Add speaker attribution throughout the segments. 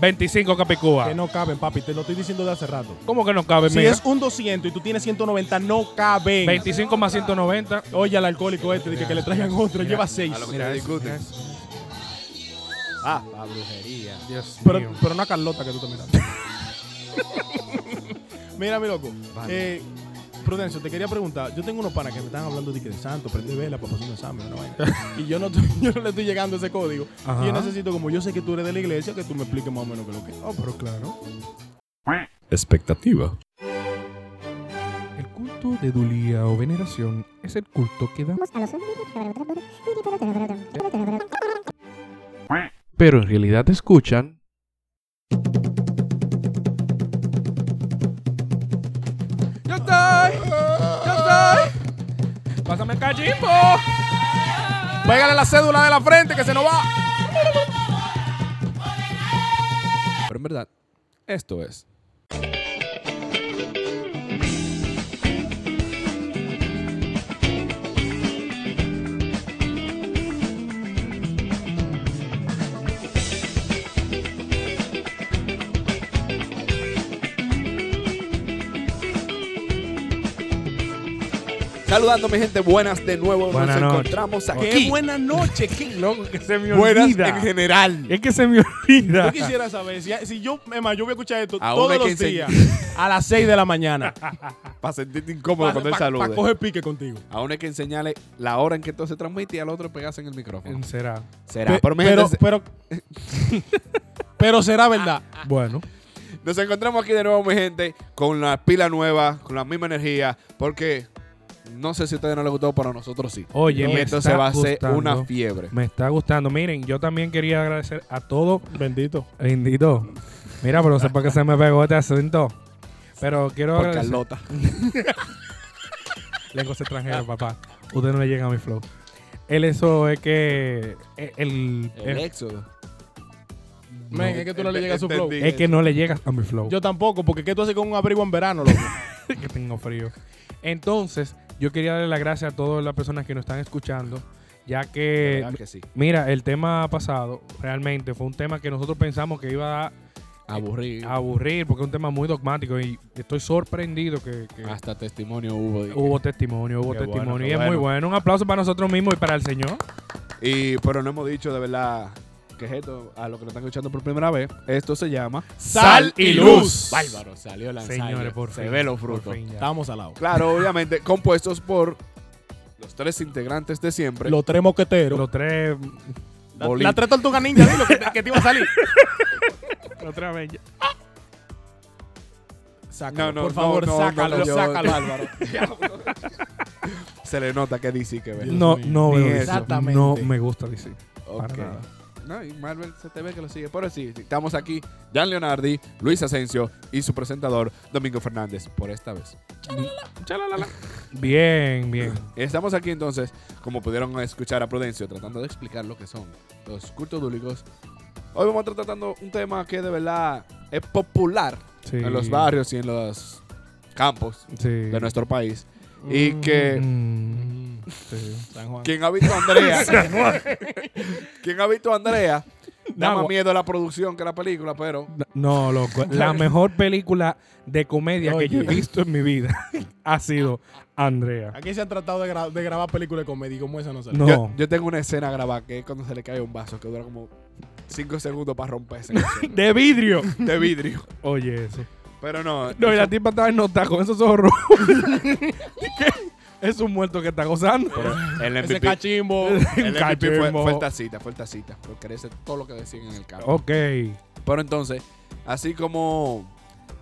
Speaker 1: 25 Capicúa.
Speaker 2: Que no caben, papi. Te lo estoy diciendo de hace rato.
Speaker 1: ¿Cómo que no cabe?
Speaker 2: Si
Speaker 1: mija?
Speaker 2: es un 200 y tú tienes 190, no caben.
Speaker 1: 25 más 190.
Speaker 2: Oye, al alcohólico este, de que, que le traigan otro, lleva 6.
Speaker 3: a lo que
Speaker 1: Mira
Speaker 3: te
Speaker 1: eso, mira
Speaker 3: discuten.
Speaker 1: eso.
Speaker 2: Ah, la brujería.
Speaker 1: Dios mío.
Speaker 2: Pero, pero no a Carlota que tú te miraste. Mira, mi loco.
Speaker 3: Vale.
Speaker 2: Eh, Prudencio, te quería preguntar. Yo tengo unos panas que me están hablando de que de santo, prende vela para pasar un examen, una vaina. Y yo no, estoy- yo no le estoy llegando a ese código.
Speaker 1: Ajá.
Speaker 2: Y yo necesito, como yo sé que tú eres de la iglesia, que tú me expliques más o menos qué es lo que es.
Speaker 1: Oh, pero claro.
Speaker 4: Expectativa.
Speaker 1: El culto de Dulía o veneración es el culto que da. Pero en realidad escuchan. ¡Yo estoy! ¡Yo estoy! ¡Pásame el cachimbo!
Speaker 2: Pégale la cédula de la frente que se nos va.
Speaker 4: Pero en verdad, esto es. Saludando mi gente, buenas de nuevo.
Speaker 1: Buenas
Speaker 4: Nos
Speaker 1: noches.
Speaker 4: encontramos aquí.
Speaker 2: Qué buena noche, qué loco.
Speaker 1: Que se me
Speaker 4: Buenas en
Speaker 1: olvida. Eh.
Speaker 4: general.
Speaker 1: Es que se me olvida.
Speaker 2: Yo quisiera saber, si, si yo, es más, yo voy a escuchar esto
Speaker 4: Aún hay
Speaker 2: todos
Speaker 4: que
Speaker 2: los días
Speaker 4: enseñar.
Speaker 2: a las 6 de la mañana.
Speaker 4: Para sentirte incómodo cuando él
Speaker 2: Para
Speaker 4: salude.
Speaker 2: coger pique contigo.
Speaker 4: A uno hay que enseñarle la hora en que todo se transmite y al otro pegarse en el micrófono.
Speaker 1: Será.
Speaker 4: Será.
Speaker 2: Pe-
Speaker 4: Pero, mi
Speaker 2: pero,
Speaker 4: gente,
Speaker 2: pero, pero será verdad.
Speaker 1: Bueno.
Speaker 4: nos encontramos aquí de nuevo, mi gente, con la pila nueva, con la misma energía, porque no sé si a ustedes no les gustó, pero a nosotros sí.
Speaker 1: Oye,
Speaker 4: y
Speaker 1: me
Speaker 4: esto
Speaker 1: está
Speaker 4: se va a hacer
Speaker 1: gustando.
Speaker 4: una fiebre.
Speaker 1: Me está gustando. Miren, yo también quería agradecer a todo.
Speaker 2: Bendito.
Speaker 1: Bendito. Mira, pero no sé por qué se me pegó este acento. Pero quiero
Speaker 4: Por
Speaker 1: agradecer.
Speaker 4: Carlota.
Speaker 1: Lenguas extranjeras, papá. Usted no le llega a mi flow. Él eso es que... El, el- eh,
Speaker 4: El éxodo.
Speaker 2: Men, es que tú no le
Speaker 4: Ent-
Speaker 2: llegas a su flow.
Speaker 4: entendí.
Speaker 1: es que no le llegas a mi flow.
Speaker 2: Yo tampoco, porque ¿qué tú haces con un abrigo en verano, loco?
Speaker 1: que tengo frío. Entonces, yo quería darle las gracias a todas las personas que nos están escuchando, ya
Speaker 4: De
Speaker 1: que,
Speaker 4: verdad que sí.
Speaker 1: mira, el tema pasado realmente fue un tema que nosotros pensamos que iba a
Speaker 4: Aburrido.
Speaker 1: Ah. aburrir, porque es un tema muy dogmático y estoy sorprendido que, que
Speaker 4: Hasta testimonio hubo. dije.
Speaker 1: hubo testimonio, hubo
Speaker 2: Qué bueno,
Speaker 1: testimonio y
Speaker 2: qué
Speaker 1: es muy
Speaker 2: bueno.
Speaker 1: bueno. Un aplauso para nosotros mismos y para el Señor.
Speaker 4: Y, pero no hemos dicho de verdad que es esto, a lo que lo están escuchando por primera vez, esto se llama
Speaker 2: Sal y luz.
Speaker 4: Bárbaro, salió la
Speaker 1: Señores, por
Speaker 4: Se
Speaker 1: fin,
Speaker 4: ve los
Speaker 1: por
Speaker 4: frutos.
Speaker 1: fin ya.
Speaker 2: Estábamos al lado.
Speaker 4: Claro, obviamente, compuestos por los tres integrantes de siempre.
Speaker 2: Los tres mosqueteros.
Speaker 1: Los tres...
Speaker 2: La-
Speaker 4: Bolín.
Speaker 2: la, tres tortugas ninja, dilo, que te, que te iba a salir.
Speaker 1: los tres bellos.
Speaker 2: Sácalo,
Speaker 4: No, no,
Speaker 2: por favor,
Speaker 4: no, no,
Speaker 2: sácalo,
Speaker 4: no, yo-
Speaker 2: sácalo, Álvaro.
Speaker 4: Se le nota que DC que ve.
Speaker 2: Dios
Speaker 1: No,
Speaker 2: mío.
Speaker 1: no
Speaker 4: Ni
Speaker 1: veo eso.
Speaker 4: eso.
Speaker 2: Exactamente.
Speaker 1: No me gusta decir.
Speaker 4: Ok.
Speaker 1: Para nada.
Speaker 4: No, y Marvel se te ve que lo sigue. Pero sí, estamos aquí, Jan Leonardi, Luis Asensio y su presentador, Domingo Fernández, por esta vez.
Speaker 1: Bien, bien.
Speaker 4: Estamos aquí entonces, como pudieron escuchar a Prudencio, tratando de explicar lo que son los cultos dúlicos. Hoy vamos a estar tratando un tema que de verdad es popular
Speaker 1: Sí.
Speaker 4: en los barrios y en los campos
Speaker 1: Sí.
Speaker 4: de nuestro país. Y que
Speaker 1: Mm, sí.
Speaker 2: San Juan.
Speaker 4: Quien ha visto a Andrea. Quien ha visto a Andrea. Da
Speaker 1: No,
Speaker 4: más
Speaker 1: gua-
Speaker 4: miedo la producción que la película, pero.
Speaker 1: No, loco. La mejor película de comedia que yo he
Speaker 2: Oye.
Speaker 1: visto en mi vida ha sido Andrea.
Speaker 2: Aquí se han tratado de, gra- de grabar películas de comedia y como esa no sale.
Speaker 1: No.
Speaker 4: Yo, yo tengo una escena grabada que es cuando se le cae un vaso que dura como 5 segundos para romperse en el suelo,
Speaker 1: De vidrio.
Speaker 4: de vidrio.
Speaker 1: Oye, eso.
Speaker 4: Pero no.
Speaker 1: No, y la tipa estaba en nota con esos ojos rojos. ¿Qué? Es un muerto que está gozando.
Speaker 4: pero el
Speaker 2: Ese
Speaker 4: MVP,
Speaker 2: cachimbo.
Speaker 4: el MVP fue,
Speaker 1: cachimbo.
Speaker 4: fue tacita, fue tacita. Porque ese es todo lo que decían en el campo.
Speaker 1: Ok.
Speaker 4: Pero entonces, así como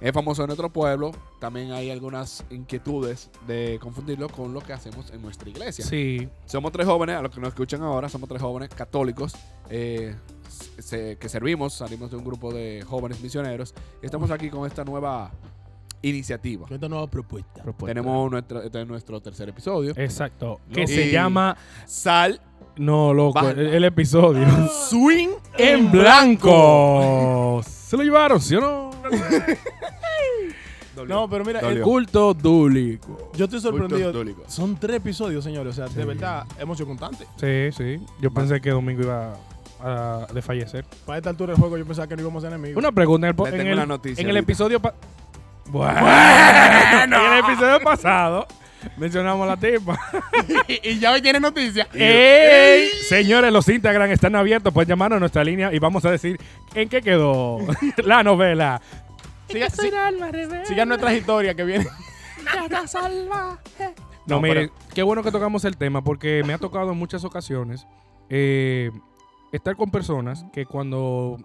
Speaker 4: es famoso en nuestro pueblo, también hay algunas inquietudes de confundirlo con lo que hacemos en nuestra iglesia.
Speaker 1: Sí.
Speaker 4: Somos tres jóvenes, a los que nos escuchan ahora, somos tres jóvenes católicos eh, se- que servimos, salimos de un grupo de jóvenes misioneros. y Estamos aquí con esta nueva iniciativa.
Speaker 2: Esta nueva propuesta.
Speaker 4: Tenemos nuestro, este es nuestro tercer episodio.
Speaker 1: Exacto. Que
Speaker 4: Y-
Speaker 1: se llama.
Speaker 4: Sal
Speaker 1: No, loco.
Speaker 4: Baja-
Speaker 1: El, el episodio.
Speaker 2: Swing
Speaker 1: en blanco. Se lo llevaron, ¿sí o no?
Speaker 2: No, pero mira, el-
Speaker 4: Dolió.
Speaker 1: Culto dúlico.
Speaker 2: yo estoy
Speaker 4: Culto
Speaker 2: sorprendido.
Speaker 4: católico.
Speaker 2: Son tres episodios, señores. O sea, de verdad, hemos hecho constante.
Speaker 1: Sí, sí. Yo pensé que Domingo iba a- de fallecer.
Speaker 2: Para esta altura del juego yo pensaba que no íbamos a ser enemigos.
Speaker 1: Una pregunta en el, po-
Speaker 4: Le
Speaker 1: en
Speaker 4: tengo
Speaker 1: el-
Speaker 4: una noticia
Speaker 1: en el
Speaker 4: ahorita.
Speaker 1: episodio pa- Bueno, en el episodio pasado mencionamos a la tipa.
Speaker 2: y, ya hoy tiene noticias.
Speaker 1: ¡Ey! Señores, los Instagram están abiertos. Pueden llamarnos a nuestra línea y vamos a decir en qué quedó la novela.
Speaker 2: Siga, si- sigan nuestras historias que vienen.
Speaker 1: No,
Speaker 2: No,
Speaker 1: miren, qué bueno que tocamos el tema porque me ha tocado en muchas ocasiones eh, estar con personas que cuando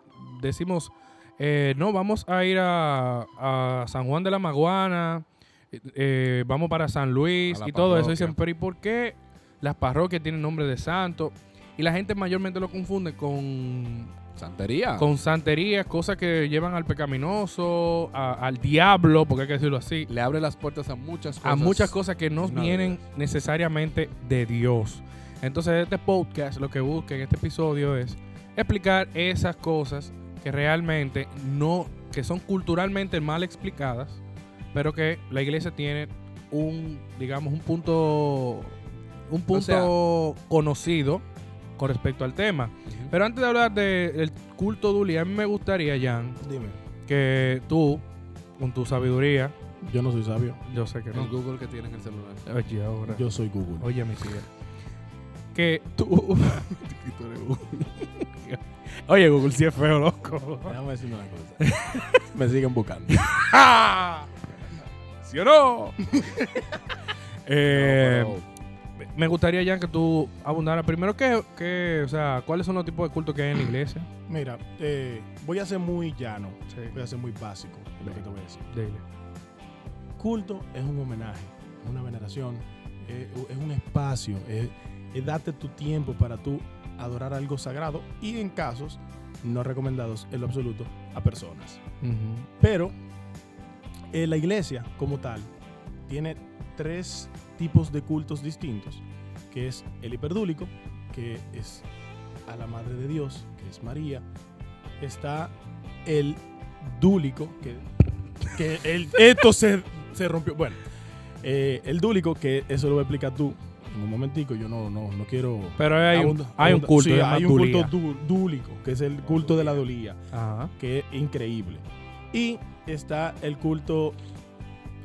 Speaker 1: decimos, eh, no, vamos a ir a, a San Juan de la Maguana, eh, eh, vamos para San Luis y
Speaker 4: A la
Speaker 1: todo eso,
Speaker 4: parroquia.
Speaker 1: dicen, pero ¿y por qué las parroquias tienen nombre de santo? Y la gente mayormente lo confunde con,
Speaker 4: Santería.
Speaker 1: con santería, cosas que llevan al pecaminoso, a- al diablo, porque hay que decirlo así
Speaker 4: Le abre las puertas a muchas cosas.
Speaker 1: a muchas cosas que no
Speaker 4: Nada de
Speaker 1: vienen necesariamente de Dios. Entonces, este podcast, lo que busca en este episodio es explicar esas cosas que realmente no, que son culturalmente mal explicadas, pero que la iglesia tiene un, digamos, un punto, un punto conocido con respecto al tema.
Speaker 4: Ujú.
Speaker 1: Pero antes de hablar del culto Duli, a mí me gustaría, Jan,
Speaker 2: Dime.
Speaker 1: que tú, con tu sabiduría,
Speaker 2: Yo no soy sabio.
Speaker 1: yo sé que no. Eh,
Speaker 4: El Google que tiene en el celular.
Speaker 1: Oye, ahora.
Speaker 2: Yo soy Google.
Speaker 1: Oye, mi tía. Que tú. Oye, Google sí es feo, loco.
Speaker 2: Déjame decirte una cosa. Me siguen buscando.
Speaker 1: ¿Sí o no? Eh,
Speaker 4: No,
Speaker 1: me gustaría, Jan, que tú abundaras primero que, que, o sea, cuáles son los tipos de cultos que hay en la iglesia.
Speaker 2: Mira, eh, voy a ser muy llano.
Speaker 1: Sí,
Speaker 2: Voy a ser muy básico en lo que te voy a decir.
Speaker 1: dile.
Speaker 2: Culto es un homenaje, una veneración, eh, es un espacio, es, es darte tu tiempo para tú adorar algo sagrado y en casos no recomendados en lo absoluto a personas. Pero eh, la iglesia como tal tiene tres tipos de cultos distintos, que es el hiperdúlico, que es a la Madre de Dios, que es María. Está el dúlico, que, que el- esto se, se rompió. Bueno, eh, el dúlico, que eso lo voy a explicar tú en un momentico, yo no, no, no quiero...
Speaker 1: Pero hay, un,
Speaker 2: abunda-
Speaker 1: hay un
Speaker 2: abunda-
Speaker 1: culto.
Speaker 2: Sí,
Speaker 1: de
Speaker 2: hay un culto
Speaker 1: Matulía.
Speaker 2: dú- dúlico, que es el culto de la dolía
Speaker 1: Ajá.
Speaker 2: que es increíble. Y está el culto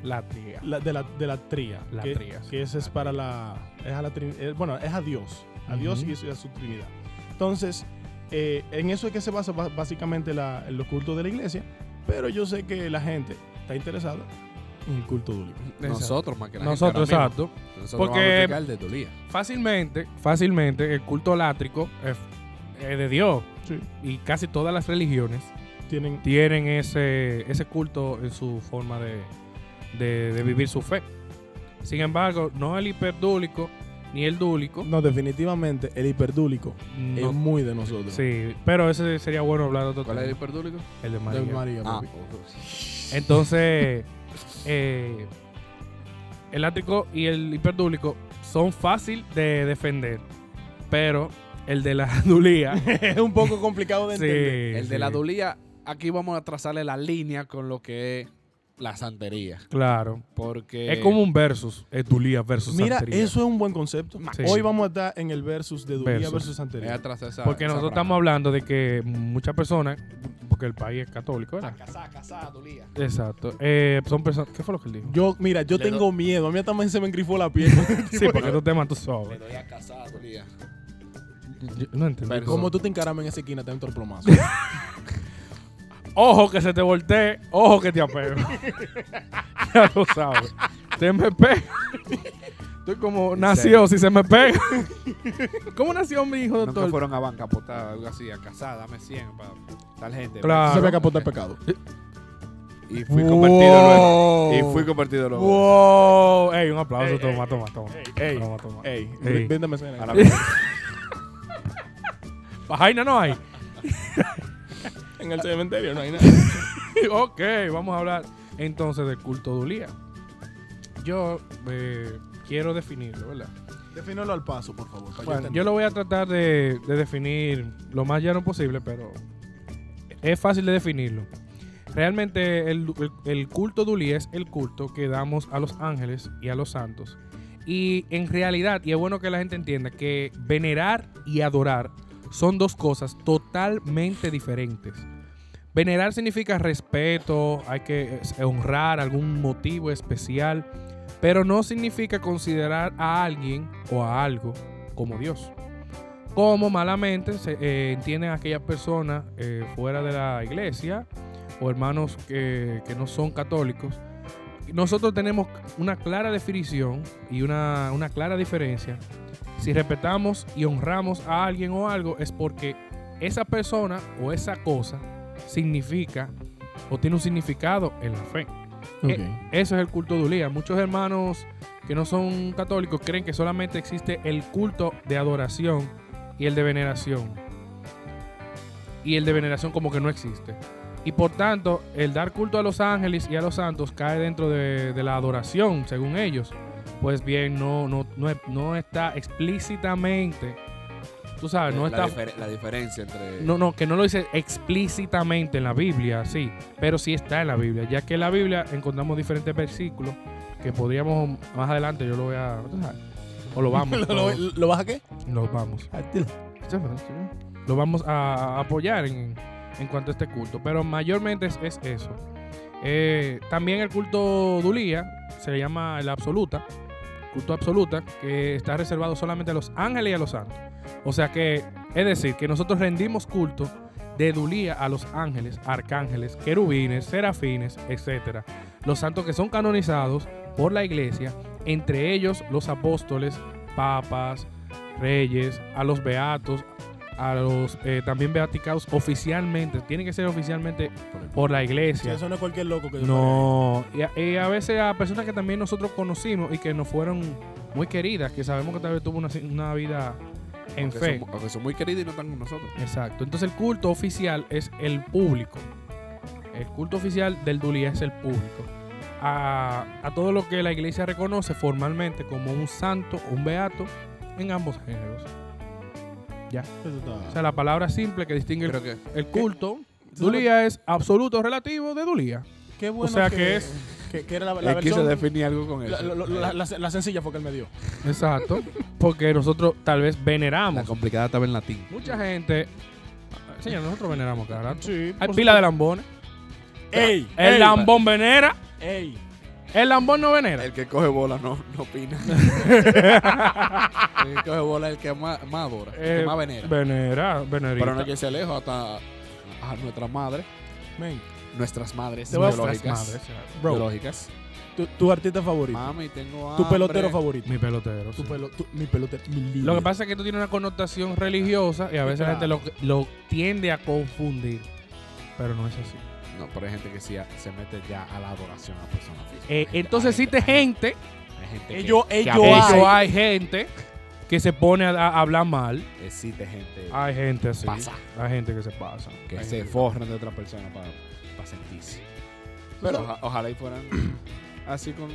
Speaker 1: La tía.
Speaker 2: la- de, la, de la tría.
Speaker 1: La
Speaker 2: que,
Speaker 1: tría, sí,
Speaker 2: que ese es
Speaker 1: la
Speaker 2: para la. Es a la trin- eh, bueno, es a Dios. A Dios
Speaker 1: Ujú.
Speaker 2: y su- y a su Trinidad. Entonces, eh, en eso es que se basa ba- básicamente la, los cultos de la iglesia. Pero yo sé que la gente está interesada en el culto dúlico.
Speaker 4: Nosotros más que la
Speaker 1: Nosotros,
Speaker 4: gente ahora mismo.
Speaker 1: exacto.
Speaker 4: Nosotros
Speaker 1: Porque-
Speaker 4: vamos a aplicar el de Dolía.
Speaker 1: Fácilmente, fácilmente, el culto látrico es es de Dios.
Speaker 2: Sí.
Speaker 1: Y casi todas las religiones
Speaker 2: Tienen.
Speaker 1: tienen ese, ese culto en su forma de, de- de vivir su fe. Sin embargo, no el hiperdúlico ni el dúlico.
Speaker 2: No, definitivamente el hiperdúlico
Speaker 1: no-
Speaker 2: es muy de nosotros.
Speaker 1: sí, pero ese sería bueno hablar otro
Speaker 4: ¿Cuál es el
Speaker 1: tema,
Speaker 4: hiperdúlico?
Speaker 1: el de
Speaker 2: De
Speaker 1: María.
Speaker 2: María. Ah. papi.
Speaker 1: Entonces, eh, el átrico y el hiperdúlico son fácil de defender, pero el de la dulía...
Speaker 2: es un poco complicado de
Speaker 1: sí,
Speaker 2: entender.
Speaker 4: el de
Speaker 1: sí,
Speaker 4: la Dolía, aquí vamos a trazarle la línea con lo que es la santería.
Speaker 1: Claro.
Speaker 4: Porque.
Speaker 1: Es como un versus, es dulía versus
Speaker 2: Mira,
Speaker 1: santería.
Speaker 2: eso es un buen concepto.
Speaker 1: Sí.
Speaker 2: Hoy vamos a estar en el versus de Duría
Speaker 1: Versus.
Speaker 2: versus
Speaker 4: Voy
Speaker 2: Santería.
Speaker 4: a trazar esa-
Speaker 1: Porque
Speaker 4: esa
Speaker 1: nosotros
Speaker 4: rama.
Speaker 1: estamos hablando de que muchas personas, porque el país es católico, ¿verdad?
Speaker 4: Casada, casada, Dolía.
Speaker 1: Exacto. Eh, son personas. ¿Qué fue lo que él dijo?
Speaker 2: Yo, mira, yo
Speaker 4: Le
Speaker 2: tengo miedo. A mí también se me engrifó la piel.
Speaker 1: sí, porque estos temas tú sabes.
Speaker 4: doy a casada, Dolía.
Speaker 1: Yo no entiendo.
Speaker 4: Pero-
Speaker 2: Como tú te encaramas en esa esquina, te entra el plomazo.
Speaker 1: Ojo que se te voltee, ojo que te apego. ya lo sabes. Se me pega. Estoy como Oh, nació
Speaker 4: serio?
Speaker 1: si se me pega. ¿Cómo nació mi hijo de
Speaker 4: Nunca
Speaker 1: todo?
Speaker 4: fueron a banca potada, algo así, a casada, dame 100 para tal gente.
Speaker 1: Claro.
Speaker 2: se ve que aporta el pecado.
Speaker 4: Y fui convertido luego. Y fui
Speaker 1: con...
Speaker 4: convertido luego.
Speaker 1: Wow. Ey, un aplauso.
Speaker 2: Ey,
Speaker 1: toma,
Speaker 2: ey,
Speaker 1: toma, toma.
Speaker 2: ey,
Speaker 1: toma, toma.
Speaker 2: Ey,
Speaker 1: Ey.
Speaker 2: véndame esa
Speaker 4: A la
Speaker 2: vaina.
Speaker 4: verdad.
Speaker 1: Pajaina no hay.
Speaker 2: En el cementerio no hay nada.
Speaker 1: ok, vamos a hablar entonces del culto de Ulía. Yo eh, quiero definirlo, ¿verdad?
Speaker 2: Defínelo al paso, por favor. para
Speaker 1: Bueno,
Speaker 2: entender.
Speaker 1: yo lo voy a tratar de, de definir lo más llano posible, pero es fácil de definirlo. Realmente el, el- el culto de Ulí es el culto que damos a los ángeles y a los santos. Y en realidad, y es bueno que la gente entienda que venerar y adorar son dos cosas totalmente diferentes. Venerar significa respeto, hay que eh, honrar algún motivo especial, pero no significa considerar a alguien o a algo como Dios. Como malamente se eh, entienden aquellas personas eh, fuera de la iglesia o hermanos que, que no son católicos. Nosotros tenemos una clara definición y una, una clara diferencia. Si respetamos y honramos a alguien o algo es porque esa persona o esa cosa significa o tiene un significado en la fe.
Speaker 2: Ok.
Speaker 1: Eh, eso es el culto de Ulía. Muchos hermanos que no son católicos creen que solamente existe el culto de adoración y el de veneración. Y el de veneración como que no existe. Y por tanto, el dar culto a los ángeles y a los santos cae dentro de, de la adoración, según ellos. Pues bien, no, no, no, es- no está explícitamente. Tú sabes, no está
Speaker 4: la, difer- la diferencia entre.
Speaker 1: no, no, que no lo dice explícitamente en la Biblia, sí, pero sí está en la Biblia, ya que en la Biblia encontramos diferentes versículos que podríamos más adelante, yo lo voy a... tú sabes, O lo vamos.
Speaker 2: ¿Lo, lo,
Speaker 1: o
Speaker 2: lo vas a qué?
Speaker 1: lo vamos.
Speaker 2: A ti-
Speaker 1: Lo vamos a apoyar en, en cuanto a este culto, pero mayormente es, es eso. Eh, también el culto Dulía se le llama el absoluta, culto absoluta, que está reservado solamente a los ángeles y a los santos. O sea que, es decir, que nosotros rendimos culto de Dulía a los ángeles, arcángeles, querubines, serafines, etc. Los santos que son canonizados por la iglesia, entre ellos los apóstoles, papas, reyes, a los beatos, a los eh, también beaticados oficialmente, tienen que ser oficialmente por la
Speaker 2: Sí,
Speaker 1: iglesia.
Speaker 2: eso no es cualquier loco que
Speaker 1: No, y a, y a veces a personas que también nosotros conocimos y que nos fueron muy queridas, que sabemos que tal vez tuvo una, una vida en
Speaker 4: aunque
Speaker 1: fe.
Speaker 4: Son, aunque son muy queridos y no están con nosotros.
Speaker 1: Exacto. Entonces el culto oficial es el público. El culto oficial del Dulía es el público. A, a todo lo que la iglesia reconoce formalmente como un santo, un beato, en ambos géneros.
Speaker 2: Eso está-
Speaker 1: O sea, la palabra simple que distingue el,
Speaker 4: Creo que.
Speaker 1: el culto.
Speaker 2: ¿Tú sabes-
Speaker 1: Dulía es absoluto relativo de Dulía.
Speaker 2: Qué bueno
Speaker 1: sea,
Speaker 2: que,
Speaker 1: que es-
Speaker 2: que- que era la, la
Speaker 4: Él quiso
Speaker 2: versión...
Speaker 4: definir algo con eso. Eh,
Speaker 2: La, la- la- la- la sencilla fue que él me dio.
Speaker 1: Exacto. Porque nosotros tal vez veneramos.
Speaker 4: La complicada estaba en latín.
Speaker 1: Mucha gente. eh, Señor, nosotros veneramos cada rato.
Speaker 2: Sí.
Speaker 1: Hay pila de lambones.
Speaker 2: ¡Ey!
Speaker 1: El
Speaker 2: ey,
Speaker 1: lambón venera.
Speaker 2: ¡Ey!
Speaker 1: El lambón no venera.
Speaker 4: El que coge bola no, no opina. el que coge bola es el que más, más adora, el
Speaker 1: Eh,
Speaker 4: que más venera.
Speaker 1: Venera, venerita.
Speaker 4: Pero no hay que se lejos hasta a nuestras madres,
Speaker 2: Men,
Speaker 4: nuestras madres
Speaker 2: Te voy a-
Speaker 4: biológicas.
Speaker 1: Nuestras madres,
Speaker 2: bro,
Speaker 4: biológicas.
Speaker 2: tu, tu artista favorito.
Speaker 4: Mami, tengo hambre.
Speaker 2: tu pelotero favorito.
Speaker 1: Mi pelotero.
Speaker 2: Tu
Speaker 1: sí.
Speaker 2: pelo- tu- mi pelotero. Mi líder.
Speaker 1: Lo que pasa es que tú tienes una connotación religiosa y a veces la gente lo, lo tiende a confundir. Pero no es así.
Speaker 4: No, pero hay gente que sí, se mete ya a la adoración a personas físicas.
Speaker 1: Eh,
Speaker 4: Hay-
Speaker 1: entonces
Speaker 4: hay
Speaker 1: existe gente,
Speaker 4: Hay gente que-
Speaker 2: Ellos-
Speaker 4: que
Speaker 2: ellos
Speaker 4: abusa.
Speaker 1: eso hay gente que se pone a, a hablar mal.
Speaker 4: Existe gente
Speaker 1: Hay gente así.
Speaker 4: Pasa.
Speaker 1: Hay gente que se pasa.
Speaker 4: que
Speaker 1: Ah, Hay
Speaker 4: se
Speaker 1: gente-
Speaker 4: forran de otra persona para sentirse. Pero oja- ojalá y fueran así con,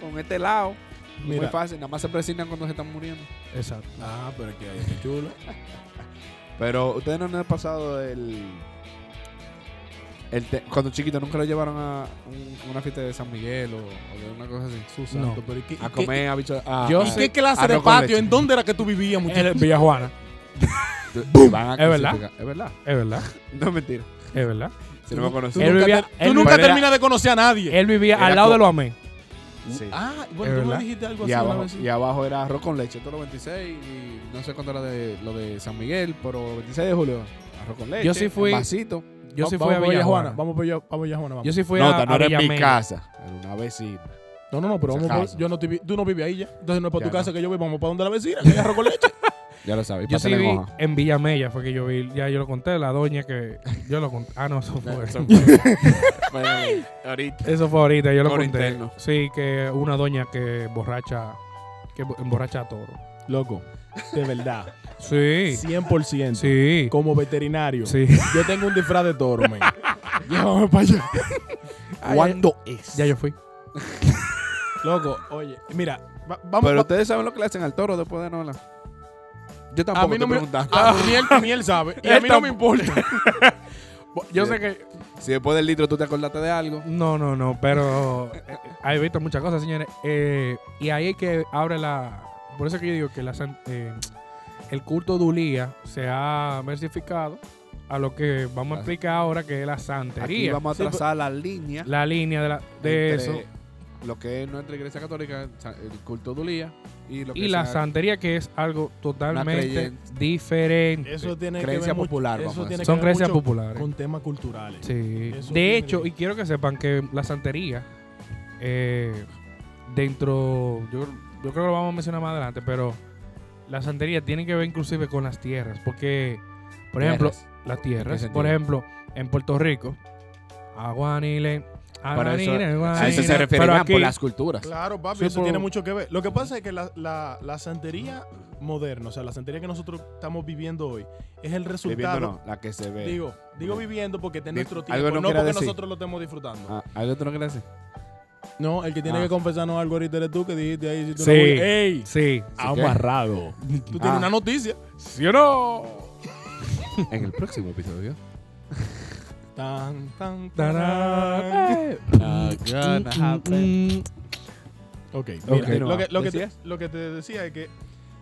Speaker 4: con este lado. Muy
Speaker 2: Mira.
Speaker 4: fácil, nada más se presignan cuando se están muriendo.
Speaker 1: Exacto.
Speaker 2: Ah, pero aquí hay qué chulo.
Speaker 4: Pero ustedes no han pasado el. el te- cuando chiquito nunca lo llevaron a un- una fiesta de San Miguel o, o de una cosa así.
Speaker 2: Su santo,
Speaker 1: No.
Speaker 2: pero ¿y qué, y
Speaker 4: A
Speaker 2: qué-
Speaker 4: comer, a bicho. A,
Speaker 1: Yo
Speaker 4: a-
Speaker 2: ¿Y
Speaker 1: sé-
Speaker 2: qué clase de
Speaker 4: arroz con
Speaker 2: patio?
Speaker 4: leche.
Speaker 2: ¿En dónde era que tú vivías, muchacho?
Speaker 1: El Villa Juana.
Speaker 4: van a
Speaker 1: Es verdad.
Speaker 4: crucificar. Es verdad.
Speaker 1: Es verdad.
Speaker 4: No es mentira.
Speaker 1: Es verdad.
Speaker 4: Si no me
Speaker 2: Tú
Speaker 4: conocen.
Speaker 1: Él
Speaker 2: nunca,
Speaker 1: vivía-
Speaker 2: ter-
Speaker 1: él
Speaker 2: tú nunca
Speaker 4: vivía-
Speaker 2: terminas de conocer a nadie.
Speaker 1: Él vivía
Speaker 4: Era
Speaker 1: al lado
Speaker 4: co-
Speaker 1: de los amén.
Speaker 4: Sí.
Speaker 2: Ah,
Speaker 1: Es
Speaker 2: bueno, tú me
Speaker 1: verdad.
Speaker 2: dijiste algo
Speaker 4: y,
Speaker 2: así una
Speaker 4: abajo,
Speaker 2: vez, sí.
Speaker 4: y abajo era arroz con leche. Esto es lo 26 y no sé cuánto era de, lo de San Miguel, pero 26 de julio. Arroz con leche.
Speaker 1: Yo sí fui-
Speaker 4: en vasito.
Speaker 1: Yo
Speaker 4: Va-
Speaker 1: sí fui
Speaker 4: vamos
Speaker 1: a
Speaker 4: por
Speaker 1: Villa
Speaker 2: Juana,
Speaker 1: Juana.
Speaker 2: vamos por Villa, vamos Villa Juana, vamos.
Speaker 1: Yo sí fui
Speaker 4: No,
Speaker 1: a,
Speaker 4: no
Speaker 1: a
Speaker 4: era en
Speaker 1: Villa
Speaker 4: mi
Speaker 1: Amén.
Speaker 4: casa. Era una vecina.
Speaker 2: No, no, no, pero
Speaker 4: Se
Speaker 2: vamos por,
Speaker 4: casa.
Speaker 2: yo no te vi- tú no vives ahí ya. Entonces no es para
Speaker 4: Ya
Speaker 2: tu casa
Speaker 4: no.
Speaker 2: que yo vivo, vamos para donde la vecina, que hay arroz con leche.
Speaker 4: Ya lo sabes.
Speaker 1: Yo sí
Speaker 4: pásale en
Speaker 1: vi
Speaker 4: hoja.
Speaker 1: en Villa Mella, fue que yo vi, ya yo lo conté, la doña que yo lo conté. Ah, no, eso fue.
Speaker 4: Son fuegos. Ahorita.
Speaker 1: eso fue ahorita, yo lo
Speaker 4: Coro
Speaker 1: conté.
Speaker 4: interno.
Speaker 1: Sí, que una doña que borracha, que bo- emborracha a toro.
Speaker 2: Loco, de verdad,
Speaker 1: Sí,
Speaker 2: 100%.
Speaker 1: sí,
Speaker 2: Como veterinario,
Speaker 1: sí.
Speaker 2: yo tengo un disfraz de toro, men. Llévame para allá. ¿Cuándo es?
Speaker 1: Ya yo fui.
Speaker 2: Loco, oye, mira, va- vamos
Speaker 4: Pero
Speaker 2: va-
Speaker 4: ustedes saben lo que le hacen al toro después de Nola. Yo tampoco
Speaker 2: a mí no
Speaker 4: te
Speaker 2: me
Speaker 4: preguntaba.
Speaker 2: Ah, ni, él, ni él sabe. Y a
Speaker 1: Él
Speaker 2: mí no me
Speaker 1: tampoco.
Speaker 2: importa.
Speaker 1: Yo
Speaker 4: Sí.
Speaker 1: sé que.
Speaker 4: Si después del litro tú te acordaste de algo.
Speaker 1: No, no, no, pero. eh, he visto muchas cosas, señores. Eh, y ahí es que abre la. Por eso que yo digo que la. san- eh, el culto de Ulía se ha versificado a lo que vamos a explicar ahora, que es la
Speaker 4: Ah. Aquí
Speaker 1: santería.
Speaker 4: vamos a
Speaker 2: Sí, pues, pero-
Speaker 4: trazar la línea
Speaker 1: La línea de, la- pues, de eso.
Speaker 4: entre Lo que es nuestra iglesia católica, sa- el culto de Ulía y lo que
Speaker 1: Y la
Speaker 4: sea
Speaker 1: santería, que es algo totalmente
Speaker 4: creyen-
Speaker 1: diferente.
Speaker 2: Eso tiene que
Speaker 4: Creencia
Speaker 2: ver mucho-
Speaker 4: popular,
Speaker 2: eso
Speaker 4: vamos a
Speaker 2: tiene
Speaker 4: decir.
Speaker 1: Son
Speaker 2: que ver
Speaker 1: creencias
Speaker 2: mucho
Speaker 1: populares.
Speaker 2: con temas culturales.
Speaker 1: Sí.
Speaker 2: Eso
Speaker 1: De
Speaker 2: tiene
Speaker 1: hecho,
Speaker 2: que-
Speaker 1: y quiero que sepan que la santería, eh, dentro, yo, yo creo que lo vamos a mencionar más adelante, pero la santería tiene que ver inclusive con las tierras, porque, por ejemplo,
Speaker 4: tierras.
Speaker 1: las
Speaker 4: ¿En qué
Speaker 1: tierras,
Speaker 4: sentido?
Speaker 1: por ejemplo, en Puerto Rico, aguanile,
Speaker 4: Para eso-
Speaker 1: aguanile,
Speaker 4: a eso
Speaker 1: aguanile,
Speaker 4: se refieren
Speaker 1: pero
Speaker 4: por
Speaker 1: aquí-
Speaker 4: las culturas.
Speaker 2: Claro, papi,
Speaker 1: Sí,
Speaker 2: eso
Speaker 1: por-
Speaker 2: tiene mucho que ver. Lo que pasa es que la, la, la santería moderna, o sea, la santería que nosotros estamos viviendo hoy, es el resultado.
Speaker 4: Viviendo no, la que se ve.
Speaker 2: Digo, digo viviendo porque está en
Speaker 4: Di-
Speaker 2: nuestro
Speaker 4: algo
Speaker 2: tiempo,
Speaker 4: no
Speaker 2: no,
Speaker 4: quiera
Speaker 2: porque
Speaker 4: decir.
Speaker 2: nosotros lo estemos disfrutando.
Speaker 4: Ah, ¿Algo tú no quieres decir?
Speaker 2: No, el que tiene
Speaker 4: Ah.
Speaker 2: que confesarnos algo ahorita eres tú que dijiste ahí. hiciste
Speaker 1: Sí.
Speaker 2: una bulla. ¡Ey!
Speaker 1: Sí.
Speaker 2: Amarrado. Tú tienes
Speaker 4: Ah.
Speaker 2: una noticia.
Speaker 1: ¿Sí o no?
Speaker 4: En el próximo episodio.
Speaker 2: Tan, tan, tarán.
Speaker 1: Tarán.
Speaker 4: Ah,
Speaker 1: Mm,
Speaker 2: Ok,
Speaker 1: Ok.
Speaker 2: mira, lo, que, lo que te,
Speaker 4: ¿Decías?
Speaker 2: lo que te decía es que,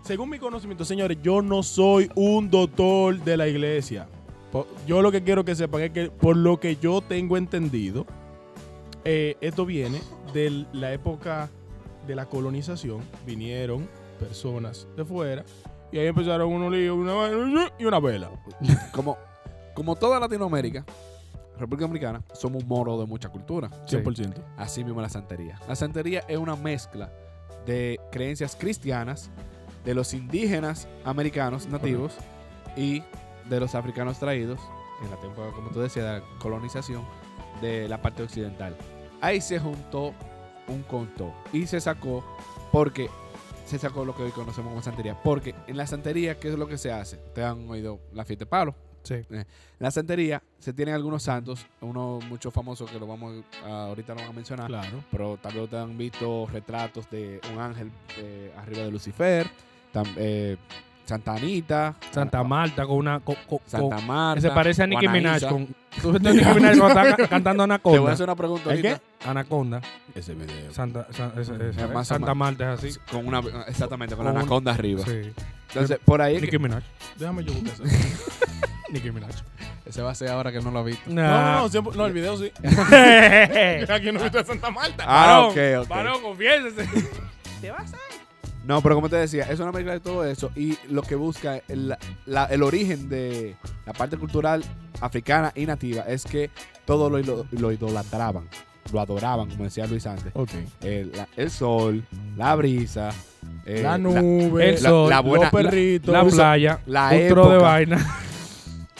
Speaker 2: según mi conocimiento, señores, yo no soy un doctor de la iglesia. Po- Yo lo que quiero que sepan es que, por lo que yo tengo entendido, eh, esto viene de la época de la colonización. Vinieron personas de fuera y ahí empezaron unos líos, una vaina, y una vela.
Speaker 4: Como, como toda Latinoamérica, República Dominicana, somos un moro de mucha cultura.
Speaker 2: 100%.
Speaker 4: Así mismo la santería. La santería es una mezcla de creencias cristianas, de los indígenas americanos nativos y de los africanos traídos en la temporada, como tú decías, de la colonización de la parte occidental. Ahí se juntó un conto y se sacó porque se sacó lo que hoy conocemos como santería. Porque en la santería, ¿qué es lo que se hace? Te han oído la fiesta de palo.
Speaker 1: Sí.
Speaker 4: En la santería se tienen algunos santos, uno mucho famoso que lo vamos a- ahorita lo van a mencionar
Speaker 2: Claro.
Speaker 4: pero también te han visto retratos de un ángel eh, arriba de Lucifer, tam- eh, Santa Anita, ah,
Speaker 1: Santa Marta con una... con- con-
Speaker 4: Santa
Speaker 1: con-
Speaker 4: Marta.
Speaker 1: se parece a Nicki
Speaker 4: Juana
Speaker 1: Minaj
Speaker 4: Isa.
Speaker 1: con... ¿Tú ves a Nicki Minaj cuando está ca- cantando
Speaker 4: Te voy a
Speaker 1: Anaconda?
Speaker 4: hacer una pregunta
Speaker 2: ¿El
Speaker 4: ahorita.
Speaker 1: Anaconda.
Speaker 2: Ese video.
Speaker 1: Santa, San- esa- esa,
Speaker 4: Es más
Speaker 1: Santa
Speaker 4: o
Speaker 1: Marta es así.
Speaker 4: Con una, exactamente, con,
Speaker 1: Con
Speaker 4: la
Speaker 1: un-
Speaker 4: anaconda arriba.
Speaker 1: Sí.
Speaker 4: Entonces, por ahí es que-
Speaker 1: Nicki Minaj.
Speaker 2: Déjame yo buscar eso.
Speaker 1: Nicki Minaj.
Speaker 4: Ese va a ser ahora que no lo ha visto.
Speaker 2: No, no, no, siempre- no, el video sí.
Speaker 1: no.
Speaker 2: Aquí no viste a Santa Marta.
Speaker 4: Ah,
Speaker 1: Varón,
Speaker 4: ok, ok.
Speaker 1: Varón, confiésese. ¿Te vas a...?
Speaker 4: No, pero como te decía, es una mezcla de todo eso y lo que busca el, la- el origen de la parte cultural africana y nativa es que todos lo, lo- lo idolatraban, lo adoraban, como decía Luis antes.
Speaker 2: Ok.
Speaker 4: el, la- el sol, la brisa, eh,
Speaker 2: la nube,
Speaker 1: el sol,
Speaker 4: la buena-
Speaker 2: los perritos,
Speaker 1: La playa,
Speaker 4: la
Speaker 1: otro de
Speaker 4: época.
Speaker 1: vaina.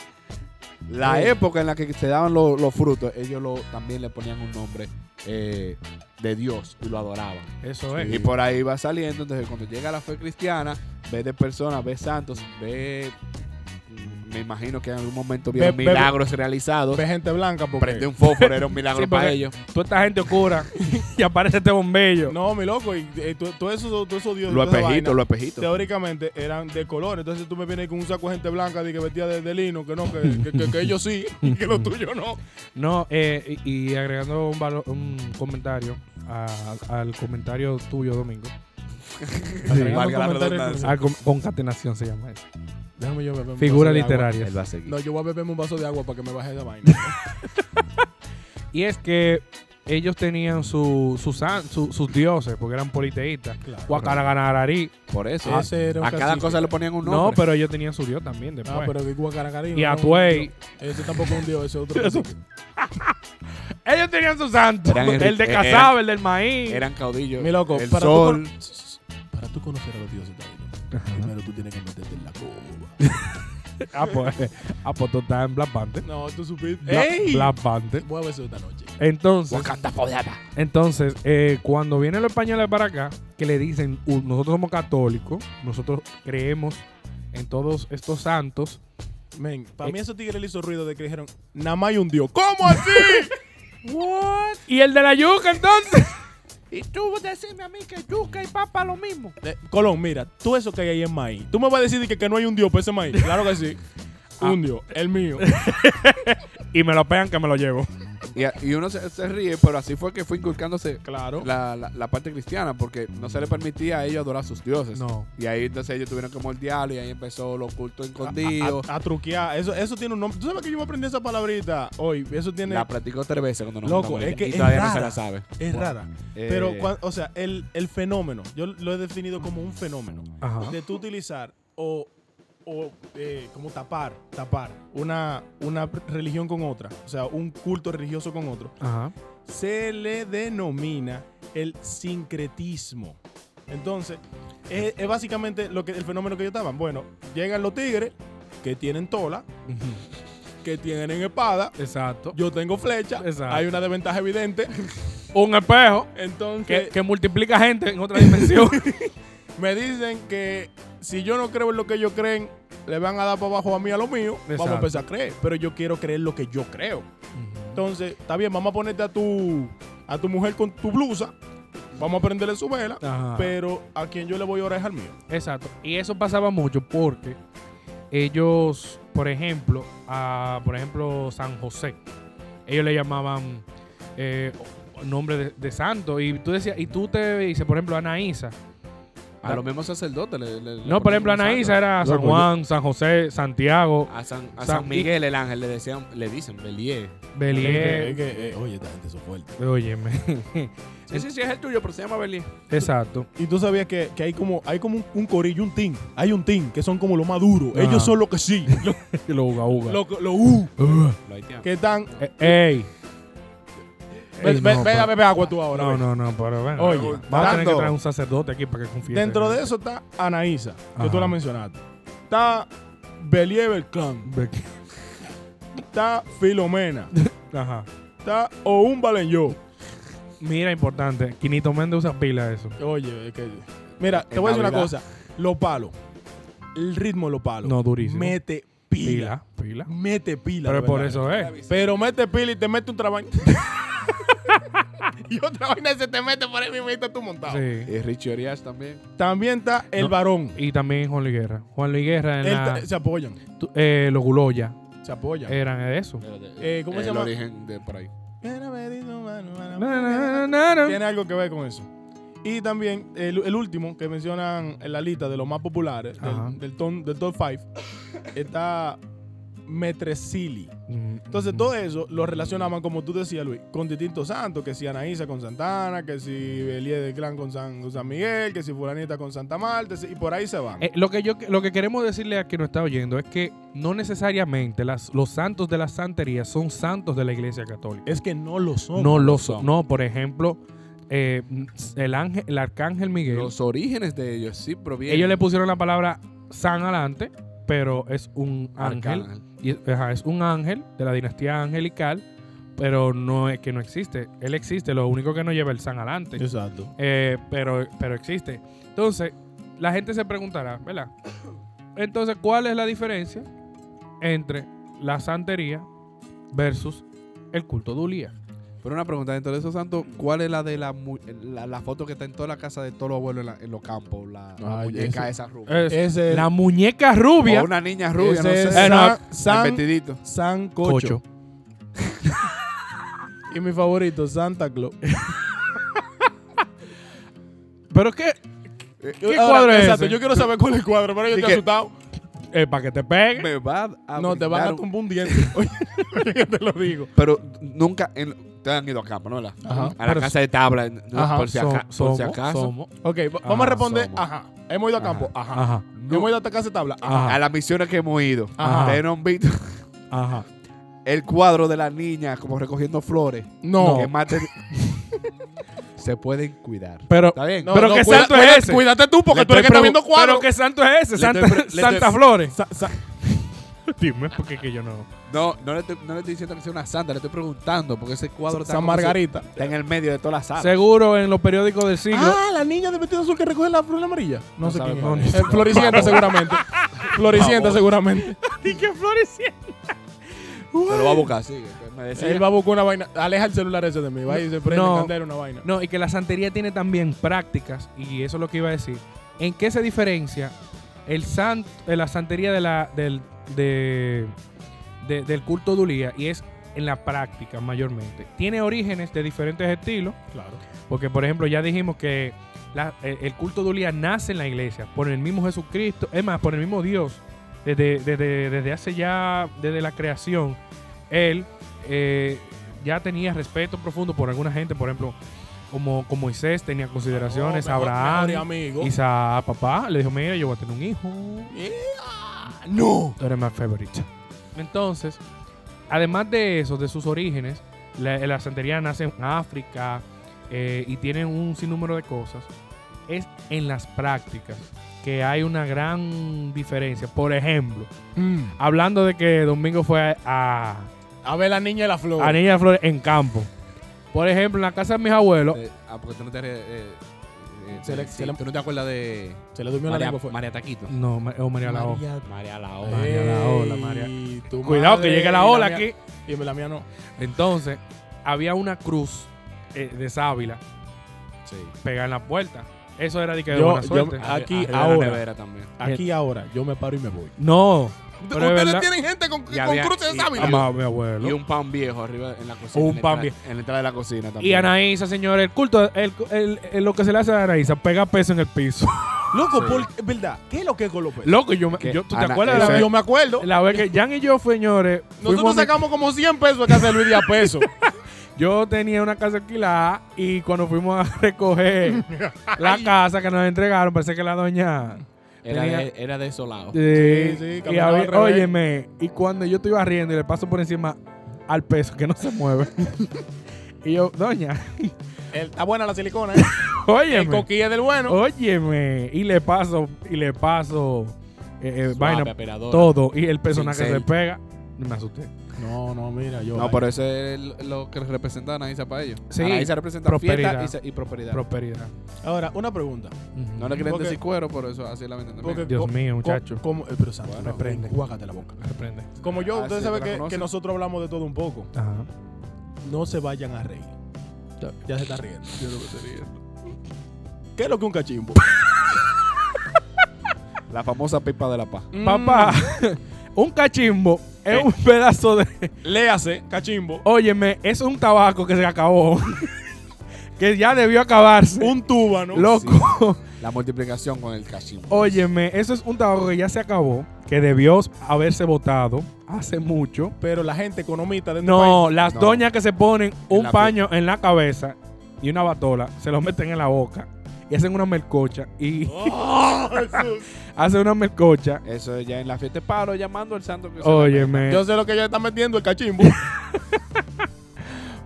Speaker 4: la
Speaker 2: Sí.
Speaker 4: época en la que se daban lo- los frutos, ellos lo, también le ponían un nombre eh, de Dios y lo adoraban.
Speaker 1: Eso es.
Speaker 4: Y por ahí va saliendo, entonces cuando llega la fe cristiana, ve de personas, ve santos, ve, mm, me imagino que en algún momento vieron
Speaker 2: Ve- ve-
Speaker 4: milagros realizados.
Speaker 2: ve gente blanca porque
Speaker 4: Prende un fósforo, era un milagro
Speaker 1: Sí,
Speaker 4: para
Speaker 1: porque-
Speaker 4: ellos.
Speaker 1: Toda esta gente oscura y aparece este bombillo.
Speaker 2: no, mi loco, y, eh, tú- todo eso, todo eso dios
Speaker 4: Los espejitos, los espejitos.
Speaker 2: teóricamente eran de color, entonces tú me vienes con un saco de gente blanca de que vestía de, de lino, que no, que, que, que- que ellos sí, y que lo tuyo no.
Speaker 1: No, eh, y, y agregando un, valo- un comentario a- al comentario tuyo, Domingo. Agregando
Speaker 4: Valga la
Speaker 1: un comentario-
Speaker 4: redundancia.
Speaker 1: ah, con- concatenación se llama eso.
Speaker 2: Déjame yo beberme un
Speaker 1: Figura
Speaker 2: vaso de
Speaker 1: literaria.
Speaker 4: Él va a
Speaker 2: agua.
Speaker 4: seguir.
Speaker 2: No, yo voy a beberme un vaso de agua para que me baje esa vaina.
Speaker 1: Y es que ellos tenían su, sus san- su- sus dioses, porque eran politeístas.
Speaker 2: Claro.
Speaker 1: Guacaraganarí.
Speaker 4: Por eso.
Speaker 2: Ah, Ese era un
Speaker 4: a cada
Speaker 2: cacique.
Speaker 4: cosa le ponían un
Speaker 1: No,
Speaker 4: nombre.
Speaker 1: pero ellos tenían su dios también después.
Speaker 2: Ah, pero de Guacaracarino.
Speaker 1: Y
Speaker 2: no,
Speaker 1: Atuey.
Speaker 2: no, Ese tampoco es un dios, ese es otro. cacique.
Speaker 1: Ellos tenían su santo.
Speaker 4: Eran enri-
Speaker 1: el de
Speaker 4: eh,
Speaker 1: Casabe, el del maíz.
Speaker 4: eran caudillos.
Speaker 2: Mi loco,
Speaker 4: el
Speaker 2: para,
Speaker 4: sol.
Speaker 2: Tú, cono- para tú conocer a los dioses taínos, primero tú tienes que meterte en la cuba.
Speaker 1: Ah, pues, ah, pues tú estás en Black Panther.
Speaker 2: No, tú supiste.
Speaker 1: Bla-
Speaker 2: ¡Ey!
Speaker 1: Black Panther.
Speaker 2: Voy a ver eso esta noche.
Speaker 1: Entonces,
Speaker 4: Wakanda forever.
Speaker 1: Entonces, eh, cuando vienen los españoles para acá, que le dicen, "Uh, nosotros somos católicos, nosotros creemos en todos estos santos.
Speaker 2: Men, para mí
Speaker 1: Ex-
Speaker 2: esos tigres le hizo ruido de que dijeron, nada más hay un dios. ¿Cómo así?
Speaker 1: ¿Y el de la yuca entonces?
Speaker 4: Y tú decime a mí que yuca y papa lo mismo.
Speaker 2: De- Colón, mira, tú eso que hay ahí es maíz. Tú me vas a decir que, que no hay un dios para ese maíz. Claro que sí.
Speaker 1: Ah.
Speaker 2: Un dios, el mío.
Speaker 1: Y me lo pegan que me lo llevo.
Speaker 4: Y, a- y uno se, se ríe, pero así fue que fue inculcándose
Speaker 2: Claro.
Speaker 4: la, la- la parte cristiana, porque no se le permitía a ellos adorar a sus dioses.
Speaker 1: No.
Speaker 4: Y ahí entonces ellos tuvieron que moldearlo y ahí empezó lo
Speaker 2: Ah,
Speaker 4: oculto escondido.
Speaker 2: A, a- a truquear. Eso, eso tiene un nombre. ¿Tú sabes que yo me aprendí esa palabrita hoy? Eso tiene.
Speaker 4: La practicó tres veces cuando nos
Speaker 2: Loco,
Speaker 4: juntamos.
Speaker 2: es que
Speaker 4: y
Speaker 2: es
Speaker 4: todavía no se
Speaker 2: rara.
Speaker 4: la sabe.
Speaker 2: es rara. Pero,
Speaker 4: Eh,
Speaker 2: cuan- o sea, el, el fenómeno, yo lo he definido como un fenómeno.
Speaker 1: Ajá.
Speaker 2: de tú utilizar o, o, eh, como tapar, tapar una, una religión con otra, o sea, un culto religioso con otro,
Speaker 1: Ajá.
Speaker 2: se le denomina el sincretismo. Entonces, es, es básicamente lo que, el fenómeno que ellos estaban. Bueno, llegan los tigres que tienen tola, que tienen espada,
Speaker 1: Exacto.
Speaker 2: yo tengo flecha,
Speaker 1: Exacto.
Speaker 2: hay una desventaja evidente,
Speaker 1: Un espejo
Speaker 2: entonces
Speaker 1: que, que multiplica gente en otra dimensión.
Speaker 2: me dicen que si yo no creo en lo que ellos creen, le van a dar para abajo a mí a lo mío. Vamos
Speaker 1: Exacto.
Speaker 2: a empezar a creer. Pero yo quiero creer lo que yo creo.
Speaker 1: Ujú.
Speaker 2: Entonces, está bien, vamos a ponerte a tu, a tu mujer con tu blusa. Vamos a prenderle su vela.
Speaker 1: Ajá.
Speaker 2: Pero a quien yo le voy a orar es al mío.
Speaker 1: Exacto. Y eso pasaba mucho porque ellos, por ejemplo, a por ejemplo San José, ellos le llamaban eh, nombre de, de santo. Y tú decías, y tú te dices, por ejemplo, Anaísa.
Speaker 4: a los mismos sacerdotes. le- le- le
Speaker 1: No, por
Speaker 4: ponían
Speaker 1: ejemplo,
Speaker 4: un santo.
Speaker 1: Anaísa era San
Speaker 2: Loco, yo-
Speaker 1: Juan, San José, Santiago,
Speaker 4: A San, a
Speaker 1: San-
Speaker 4: San Miguel el ángel le decían, le dicen Belier.
Speaker 1: Belier.
Speaker 2: eh, oye, esta gente es fuerte.
Speaker 1: eh, Óyeme.
Speaker 4: Sí, sí, sí, es el tuyo, pero se llama Belier.
Speaker 1: Exacto.
Speaker 2: Y tú sabías que, que hay como, hay como un, un corillo, un team. Hay un team que son como lo más duro.
Speaker 1: Ajá.
Speaker 2: Ellos son lo que sí.
Speaker 1: Lo uga uga.
Speaker 2: lo, lo uh,
Speaker 4: Lo haitiano.
Speaker 2: que están.
Speaker 1: Eh, ¡Ey!
Speaker 2: Ve,
Speaker 1: Ey,
Speaker 2: ve-
Speaker 1: no,
Speaker 2: ve
Speaker 1: pero-
Speaker 2: a beber agua tú ahora.
Speaker 1: No,
Speaker 2: ve.
Speaker 1: no, no, pero bueno.
Speaker 2: Oye,
Speaker 1: vamos a tener que
Speaker 2: dando-
Speaker 1: traer un sacerdote aquí para que confíe.
Speaker 2: Dentro de eso está Anaísa, que
Speaker 1: Ajá.
Speaker 2: tú la mencionaste. Está Belie Belcán. Está Filomena.
Speaker 1: Ajá.
Speaker 2: está Oun Balenyo.
Speaker 1: Mira, importante. Quinito Méndez usa pila de eso.
Speaker 2: Oye, es que. Mira, te
Speaker 4: En
Speaker 2: voy a decir una
Speaker 4: Navidad.
Speaker 2: cosa. Los palos. El ritmo de los palos.
Speaker 1: No, durísimo.
Speaker 2: Mete pila.
Speaker 1: Pila.
Speaker 2: Mete pila.
Speaker 1: Pero
Speaker 2: de
Speaker 1: por
Speaker 2: verdad.
Speaker 1: eso eh. es.
Speaker 2: Pero mete pila y te mete un trabaño. y otra vaina se te mete por ahí mismo y tú montado.
Speaker 1: Sí.
Speaker 4: Y Richie Orias también.
Speaker 2: También está el
Speaker 1: No.
Speaker 2: varón.
Speaker 1: Y también Juan Luis Guerra. Juan Luis Guerra en
Speaker 2: Él
Speaker 1: la-
Speaker 2: ta- se apoyan.
Speaker 1: tu- eh, los Guloya
Speaker 2: Se apoyan.
Speaker 1: eran de eso.
Speaker 2: Eh, ¿cómo se llama?
Speaker 4: El origen de por ahí.
Speaker 2: Tiene algo que ver con eso. Y también el, el último que mencionan en la lista de los más populares
Speaker 1: Ajá.
Speaker 2: del, del, ton- del top 5 está Metresili.
Speaker 1: Mm,
Speaker 2: Entonces
Speaker 1: mm.
Speaker 2: todo eso lo relacionaban, como tú decías, Luis, con distintos santos, que si Anaísa con Santana, que si Elie de Clan con San, con San Miguel, que si Fulanita con Santa Marta, y por ahí se van.
Speaker 1: Eh, lo, que yo, lo que queremos decirle a quien nos está oyendo es que no necesariamente las, los santos de la santería son santos de la iglesia católica.
Speaker 2: es que no lo son.
Speaker 1: No lo son. No, por ejemplo, eh, el, ángel, el arcángel Miguel.
Speaker 4: Los orígenes de ellos sí provienen.
Speaker 1: Ellos le pusieron la palabra san adelante, pero es un ángel.
Speaker 4: Arcángel.
Speaker 1: Y, es- ajá, es un ángel de la dinastía angelical, pero no es que no existe. Él existe, lo único que no lleva el san adelante.
Speaker 2: Exacto.
Speaker 1: Eh, pero, pero existe. Entonces, la gente se preguntará, ¿verdad? Entonces, ¿cuál es la diferencia entre la santería versus el culto de Ulía?
Speaker 4: Pero una pregunta, dentro de esos santos, ¿cuál es la de la, mu- la, la foto que está en toda la casa de todos los abuelos en, la- en los campos? La, la
Speaker 2: Ay,
Speaker 4: muñeca
Speaker 2: ese-
Speaker 4: esa rubia.
Speaker 1: Es
Speaker 2: Ese
Speaker 1: la muñeca rubia.
Speaker 4: Eh, O una niña rubia, no
Speaker 2: ese
Speaker 4: sé.
Speaker 2: es
Speaker 1: Eh, no,
Speaker 2: San,
Speaker 4: El
Speaker 2: San,
Speaker 4: vestidito.
Speaker 2: San
Speaker 1: Cocho.
Speaker 2: Cocho. Y mi favorito, Santa Claus.
Speaker 1: Pero es que,
Speaker 2: ¿Qué
Speaker 1: cuadro es
Speaker 2: Exacto,
Speaker 1: ese?
Speaker 2: yo quiero saber cuál es el cuadro, pero yo
Speaker 4: Di
Speaker 2: estoy
Speaker 4: que-
Speaker 2: eh,
Speaker 4: ah, pues,
Speaker 2: asustado.
Speaker 1: eh, para que te pegue.
Speaker 4: Me va a
Speaker 2: No, te van
Speaker 4: brincar
Speaker 2: a
Speaker 4: un-
Speaker 2: tumbar un diente. Oye, yo te lo digo.
Speaker 4: Pero nunca. En, te han ido a campo, ¿no? La,
Speaker 2: Ajá.
Speaker 4: A la
Speaker 1: Pero-
Speaker 4: casa de tabla. n-
Speaker 2: Ajá,
Speaker 4: por, si
Speaker 1: Som-
Speaker 4: aca- por
Speaker 1: somos-
Speaker 4: si acaso.
Speaker 1: somos.
Speaker 2: Ok, va-
Speaker 1: Ajá,
Speaker 2: vamos a responder.
Speaker 4: somos.
Speaker 2: Ajá. Hemos ido a
Speaker 4: Ajá.
Speaker 2: campo. Ajá.
Speaker 1: Ajá,
Speaker 2: Hemos ido a atacar esa tabla. Ah, Ajá.
Speaker 1: Ajá.
Speaker 4: A las misiones que hemos ido.
Speaker 1: Ajá.
Speaker 4: Ustedes no han visto
Speaker 1: ajá.
Speaker 4: el cuadro de la niña como recogiendo flores.
Speaker 2: No.
Speaker 4: Que mate- Se pueden cuidar.
Speaker 1: Pero,
Speaker 4: ¿Está bien?
Speaker 1: pero qué
Speaker 2: cuida-
Speaker 1: santo es
Speaker 2: cuida-
Speaker 1: ese.
Speaker 2: Cuídate tú, porque
Speaker 1: Le
Speaker 2: tú eres que
Speaker 1: estoy
Speaker 2: estás
Speaker 1: pregun-
Speaker 2: viendo cuadro.
Speaker 1: Pero qué santo es ese,
Speaker 4: Le estoy
Speaker 1: Santa,
Speaker 4: pre- le estoy-
Speaker 1: Santa Flores.
Speaker 2: Sa- sa-
Speaker 1: Dime, porque que yo no.
Speaker 4: No, no le, estoy, no le estoy diciendo que sea una santa, le estoy preguntando porque ese cuadro está,
Speaker 2: San
Speaker 4: como si-
Speaker 2: Margarita.
Speaker 4: está en el medio de toda la sala.
Speaker 1: Seguro en los periódicos del siglo.
Speaker 2: Ah, la niña de vestido azul que recoge la flor amarilla. No,
Speaker 4: No
Speaker 2: sé
Speaker 4: sabe
Speaker 2: quién
Speaker 4: cuál
Speaker 2: es.
Speaker 4: es.
Speaker 2: Eh, Floricienta seguramente. Floricienta
Speaker 4: Vamos.
Speaker 2: seguramente.
Speaker 1: y que floreciendo.
Speaker 4: Pero va a buscar, sigue. Me decía.
Speaker 2: Él va a buscar una vaina. Aleja el celular ese de mí. Va y se prende
Speaker 1: No.
Speaker 2: candela una vaina.
Speaker 1: No, y que la santería tiene también prácticas, y eso es lo que iba a decir. ¿En qué se diferencia el san- eh, la santería de la, del, de- de- del culto de Ulía? Y es en la práctica mayormente. Tiene orígenes de diferentes estilos,
Speaker 2: Claro.
Speaker 1: porque por ejemplo ya dijimos que la- el, el culto de Ulía nace en la iglesia, por el mismo Jesucristo, es más, por el mismo Dios, desde, desde, desde hace ya, desde la creación, él eh, ya tenía respeto profundo por alguna gente, por ejemplo, como, como Moisés tenía consideraciones,
Speaker 2: No, mejor-
Speaker 1: Abraham,
Speaker 2: mejor amigo.
Speaker 1: Isaac, papá, le dijo, mira, yo voy a tener un hijo.
Speaker 2: ¡Ea! ¡No!
Speaker 1: Tú eres mi favorita. Entonces, además de eso, de sus orígenes, la, la santería nace en África eh, y tiene un sinnúmero de cosas. Es en las prácticas que hay una gran diferencia. Por ejemplo, Mm. hablando de que Domingo fue a,
Speaker 2: A ver la niña de la flor.
Speaker 1: a Niña de Flores en campo. Por ejemplo, en la casa de mis abuelos,
Speaker 4: Eh, ah, porque tú no te. re- eh, eh,
Speaker 2: Se le-
Speaker 4: sí,
Speaker 2: se le-
Speaker 4: tú no te acuerdas de.
Speaker 2: Se le durmió la
Speaker 4: María,
Speaker 2: lengua. fue.
Speaker 4: María Taquito.
Speaker 1: no, Ma- o María Lao.
Speaker 2: María-
Speaker 4: María la
Speaker 1: Ola. María la Ola,
Speaker 2: Ey,
Speaker 1: María.
Speaker 2: tu
Speaker 1: Cuidado que
Speaker 2: madre.
Speaker 1: llega la
Speaker 2: Y
Speaker 1: ola
Speaker 2: mía-
Speaker 1: aquí.
Speaker 2: Y la mía no.
Speaker 4: Eh.
Speaker 1: Entonces, había una cruz eh, de sábila
Speaker 4: Sí.
Speaker 1: pegada en la puerta. Eso era de que de
Speaker 2: Yo-
Speaker 1: buena
Speaker 2: yo-
Speaker 1: suerte.
Speaker 2: ah, Aquí,
Speaker 4: Arriba de la
Speaker 2: ahora.
Speaker 4: nevera también.
Speaker 2: Aquí ahora yo me paro y me voy.
Speaker 1: No. Pero es
Speaker 2: Ustedes
Speaker 1: verdad.
Speaker 2: tienen gente con,
Speaker 4: Y
Speaker 2: con
Speaker 4: había-
Speaker 2: cruces de
Speaker 4: y-
Speaker 2: sábila.
Speaker 1: Amado, mi
Speaker 4: Y
Speaker 1: abuelo.
Speaker 4: un pan viejo arriba en la cocina.
Speaker 1: Un
Speaker 4: en la
Speaker 1: pan
Speaker 4: entrada-
Speaker 1: viejo.
Speaker 4: En la entrada de la cocina también.
Speaker 1: Y Anaísa, señor, el culto, el, el- el- lo que se le hace a Anaísa, pega peso en el piso.
Speaker 2: Loco,
Speaker 4: Sí.
Speaker 2: por- es ¿verdad? ¿Qué es lo que es con López?
Speaker 1: Loco, yo, me-
Speaker 4: ¿Qué?
Speaker 1: yo- ¿tú te
Speaker 4: Ana-
Speaker 1: acuerdas
Speaker 4: esa
Speaker 1: la,
Speaker 4: es-
Speaker 2: yo me acuerdo.
Speaker 1: la vez que Jan y yo, señores, fuimos
Speaker 2: Nosotros
Speaker 1: a mi-
Speaker 2: sacamos como 100 pesos de casa de Luis Díaz Eh, pesos.
Speaker 1: yo tenía una casa alquilada y cuando fuimos a recoger la casa que nos entregaron, parece que la doña...
Speaker 4: Era,
Speaker 1: tenía-
Speaker 4: de, era desolado.
Speaker 1: eh,
Speaker 2: sí,
Speaker 1: y
Speaker 2: caminaba
Speaker 1: había-
Speaker 2: al revés.
Speaker 1: óyeme, y cuando yo te iba riendo y le paso por encima al peso que no se mueve. y yo, doña,
Speaker 2: El- Está buena la silicona, ¿eh? El
Speaker 1: óyeme.
Speaker 2: coquilla del bueno.
Speaker 1: Óyeme, y le paso, y le paso eh, eh,
Speaker 4: Suave,
Speaker 1: vaina,
Speaker 4: aperadora.
Speaker 1: todo, y el personaje
Speaker 4: Pincel.
Speaker 1: se pega. Y me asusté.
Speaker 2: No, no, mira, yo.
Speaker 4: No, pero eso es lo que representa a Anaísa para ellos.
Speaker 1: Sí.
Speaker 4: Anaísa representa prosperidad.
Speaker 1: Prosperidad.
Speaker 4: y, se- y prosperidad.
Speaker 1: Prosperidad.
Speaker 2: Ahora, una pregunta.
Speaker 1: Ujú.
Speaker 4: no le quieren
Speaker 2: Porque-
Speaker 4: decir cuero, por eso así la venden también.
Speaker 2: Porque
Speaker 1: Dios
Speaker 2: co-
Speaker 1: mío,
Speaker 2: co-
Speaker 1: muchacho.
Speaker 2: como- eh, pero Santo,
Speaker 4: Bueno,
Speaker 2: no, prende. Guácate la boca.
Speaker 1: Reprende.
Speaker 2: Como
Speaker 4: Ah,
Speaker 2: yo,
Speaker 4: sí,
Speaker 2: ustedes
Speaker 4: te
Speaker 2: saben
Speaker 4: la
Speaker 2: que,
Speaker 4: conoces.
Speaker 2: que nosotros hablamos de todo un poco.
Speaker 1: Ajá.
Speaker 2: No se vayan a reír.
Speaker 1: Ya.
Speaker 2: Ya se está riendo. ¿Qué es lo que un cachimbo?
Speaker 4: La famosa pipa de la paz.
Speaker 1: Papá, un cachimbo
Speaker 2: Mm. Eh.
Speaker 1: es un pedazo de.
Speaker 2: Léase, cachimbo.
Speaker 1: Óyeme, es un tabaco que se acabó. que ya debió acabarse.
Speaker 2: Un túbano.
Speaker 1: Loco.
Speaker 4: La multiplicación con el cachimbo.
Speaker 1: Óyeme, eso es un tabaco que ya se acabó. Que debió haberse botado hace mucho.
Speaker 2: Pero la gente economista de este
Speaker 1: No, las
Speaker 4: No.
Speaker 1: doñas que se ponen un
Speaker 4: la
Speaker 1: paño en la cabeza y una batola, se lo meten en la boca y hacen una melcocha y
Speaker 2: país. ¡Oh, Jesús!
Speaker 1: hacen una melcocha.
Speaker 4: Eso es ya en la fiesta de palo llamando al santo que se
Speaker 1: Óyeme.
Speaker 2: Yo sé lo que ya está metiendo el cachimbo.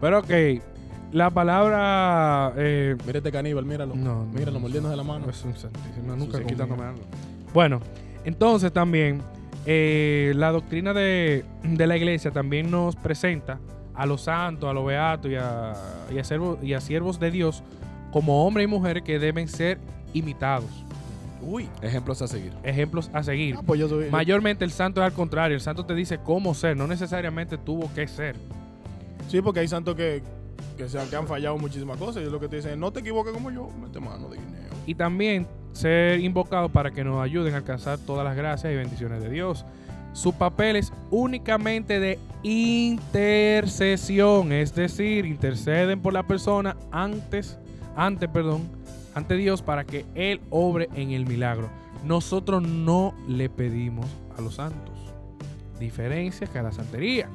Speaker 1: Pero ok, la palabra eh,
Speaker 2: Mira este caníbal, míralo.
Speaker 1: No, no.
Speaker 2: míralo mordiéndose la mano.
Speaker 1: es un santísimo, nunca
Speaker 2: Sucia
Speaker 1: comí.
Speaker 2: quitándome
Speaker 1: Bueno, entonces también eh, la doctrina de, de la iglesia también nos presenta a los santos, a los beatos y a, y a servo- y a siervos de Dios como hombres y mujeres que deben ser imitados.
Speaker 2: Uy.
Speaker 4: Ejemplos a seguir.
Speaker 1: Ejemplos a seguir.
Speaker 2: Ah, pues yo soy.
Speaker 1: Mayormente el santo es al contrario, el santo te dice cómo ser, no necesariamente tuvo que ser.
Speaker 2: Sí, porque hay santos que, que, se han, que han fallado muchísimas cosas. Y es lo que te dicen, no te equivoques como yo, mete mano de guineo.
Speaker 1: Y también ser invocado para que nos ayuden a alcanzar todas las gracias y bendiciones de Dios. Su papel es únicamente de intercesión, es decir, interceden por la persona antes, ante, perdón, ante Dios para que Él obre en el milagro. Nosotros no le pedimos a los santos. Diferencia que a la santería.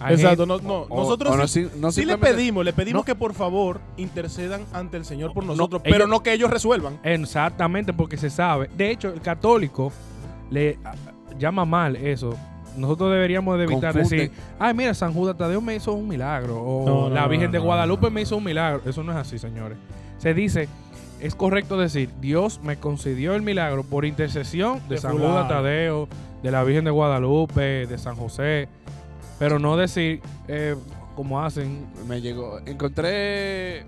Speaker 1: Hay
Speaker 2: Exacto, no, no,
Speaker 4: O-
Speaker 2: nosotros
Speaker 4: o no
Speaker 2: sí,
Speaker 4: si- no
Speaker 2: sí le
Speaker 4: simplemente-
Speaker 2: pedimos, le pedimos
Speaker 1: No.
Speaker 2: que por favor intercedan ante el Señor por
Speaker 1: No,
Speaker 2: nosotros,
Speaker 1: ellos-
Speaker 2: pero no que ellos resuelvan.
Speaker 1: Exactamente, porque se sabe. De hecho, el católico le a- llama mal eso. Nosotros deberíamos de evitar
Speaker 4: Confunde.
Speaker 1: decir, ay, mira, San Judas Tadeo me hizo un milagro, o
Speaker 2: No, no,
Speaker 1: la
Speaker 2: no,
Speaker 1: Virgen
Speaker 2: no,
Speaker 1: de
Speaker 2: no,
Speaker 1: Guadalupe
Speaker 2: no, no.
Speaker 1: me hizo un milagro. Eso no es así, señores. Se dice, es correcto decir, Dios me concedió el milagro por intercesión de,
Speaker 2: De
Speaker 1: San
Speaker 2: fulano.
Speaker 1: Judas Tadeo, de la Virgen de Guadalupe, de San José, pero no decir, eh, como hacen,
Speaker 4: Me llegó. Encontré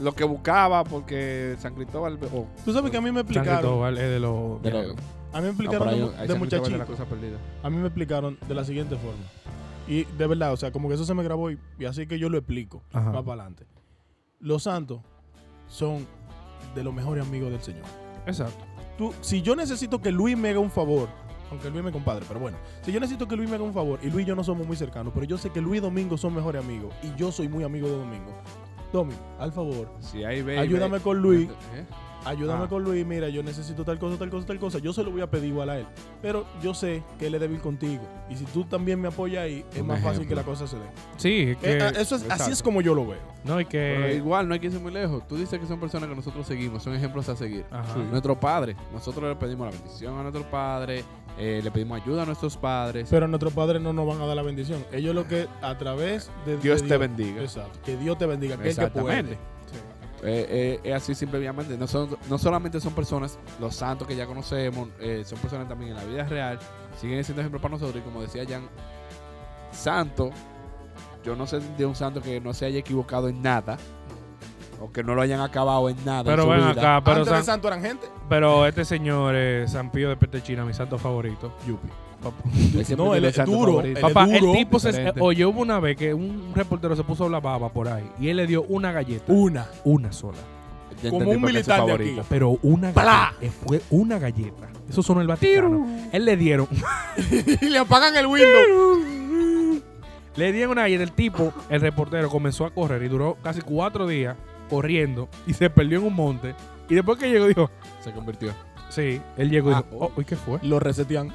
Speaker 4: lo que buscaba porque San Cristóbal. o
Speaker 2: Tú sabes que a mí me
Speaker 1: San
Speaker 2: explicaron,
Speaker 1: Cristóbal, eh, de los...
Speaker 4: de lo-
Speaker 2: a mí me
Speaker 4: no, por
Speaker 2: explicaron
Speaker 4: ahí-
Speaker 2: de,
Speaker 4: ahí
Speaker 2: mu- de
Speaker 4: San Cristóbal es la
Speaker 2: muchachito,
Speaker 4: cosa perdida.
Speaker 2: a mí me explicaron de la siguiente forma. Y de verdad, o sea, como que eso se me grabó y, y así que yo lo explico
Speaker 1: Ajá.
Speaker 2: más para adelante. Los santos son de los mejores amigos del Señor.
Speaker 1: Exacto.
Speaker 2: Tú, si yo necesito que Luis me haga un favor, aunque Luis me compadre, pero bueno. Si yo necesito que Luis me haga un favor, y Luis y yo no somos muy cercanos, pero yo sé que Luis y Domingo son mejores amigos, y yo soy muy amigo de Domingo. Domi, al favor,
Speaker 4: Si hay baby,
Speaker 2: ayúdame con Luis,
Speaker 4: ¿Eh?
Speaker 2: ayúdame
Speaker 4: Ah.
Speaker 2: con Luis, mira, yo necesito tal cosa, tal cosa, tal cosa, yo se lo voy a pedir igual a él, pero yo sé que él es débil contigo, y si tú también me apoyas ahí, es
Speaker 4: Un
Speaker 2: más fácil que
Speaker 4: ejemplo.
Speaker 2: la cosa se dé.
Speaker 1: Sí, es que,
Speaker 2: Eh, ah, eso es, así es
Speaker 1: exacto.
Speaker 2: como yo lo veo.
Speaker 1: No, y
Speaker 4: Pero
Speaker 1: que...
Speaker 4: igual, no hay que irse muy lejos. Tú dices que son personas que nosotros seguimos, son ejemplos a seguir.
Speaker 1: Ajá.
Speaker 2: Sí.
Speaker 4: Nuestro padre, nosotros le pedimos la bendición a nuestro padre, eh, le pedimos ayuda a nuestros padres.
Speaker 2: Pero nuestros padres no nos van a dar la bendición. Ellos lo que a través de de
Speaker 4: Dios te bendiga.
Speaker 2: Exacto. Que Dios te bendiga. Que el que
Speaker 4: Exactamente.
Speaker 2: puede.
Speaker 4: Eh, eh, es así simplemente. No, son, no solamente son personas, los santos que ya conocemos, eh, son personas también en la vida real, siguen siendo ejemplos para nosotros. Y como decía Jan, santo, yo no sé de un santo que no se haya equivocado en nada, o que no lo hayan acabado en nada. en
Speaker 1: Pero
Speaker 4: su
Speaker 1: ven
Speaker 4: vida.
Speaker 1: acá, pero,
Speaker 2: Antes
Speaker 1: San-
Speaker 2: de santo eran gente.
Speaker 1: pero este señor es San Pío de Pertechina, mi santo favorito.
Speaker 2: Yupi.
Speaker 1: Papá,
Speaker 4: Él siempre
Speaker 2: No,
Speaker 4: tiene
Speaker 2: él
Speaker 4: un
Speaker 2: es
Speaker 4: santo
Speaker 2: duro.
Speaker 4: favorito.
Speaker 2: Él
Speaker 1: Papá,
Speaker 2: es duro,
Speaker 1: el tipo se...
Speaker 4: diferente.
Speaker 1: Oye, hubo una vez que un reportero se puso la baba por ahí y él le dio una galleta.
Speaker 2: Una.
Speaker 1: Una sola.
Speaker 4: Ya
Speaker 2: como
Speaker 4: entendí
Speaker 2: un
Speaker 4: por qué es su
Speaker 2: militar de
Speaker 4: favorito.
Speaker 1: Pero una
Speaker 2: ¡Plá!
Speaker 1: galleta. eh, Fue una galleta. Eso sonó el Vaticano. Él le dieron...
Speaker 2: y le apagan el window.
Speaker 1: Le dieron una galleta. El tipo, el reportero, comenzó a correr y duró casi cuatro días corriendo y se perdió en un monte. Y después que llegó, dijo,
Speaker 4: Se convirtió.
Speaker 1: sí, él llegó y
Speaker 4: Ah,
Speaker 1: dijo, oh, ¿y qué fue?
Speaker 2: Lo resetean.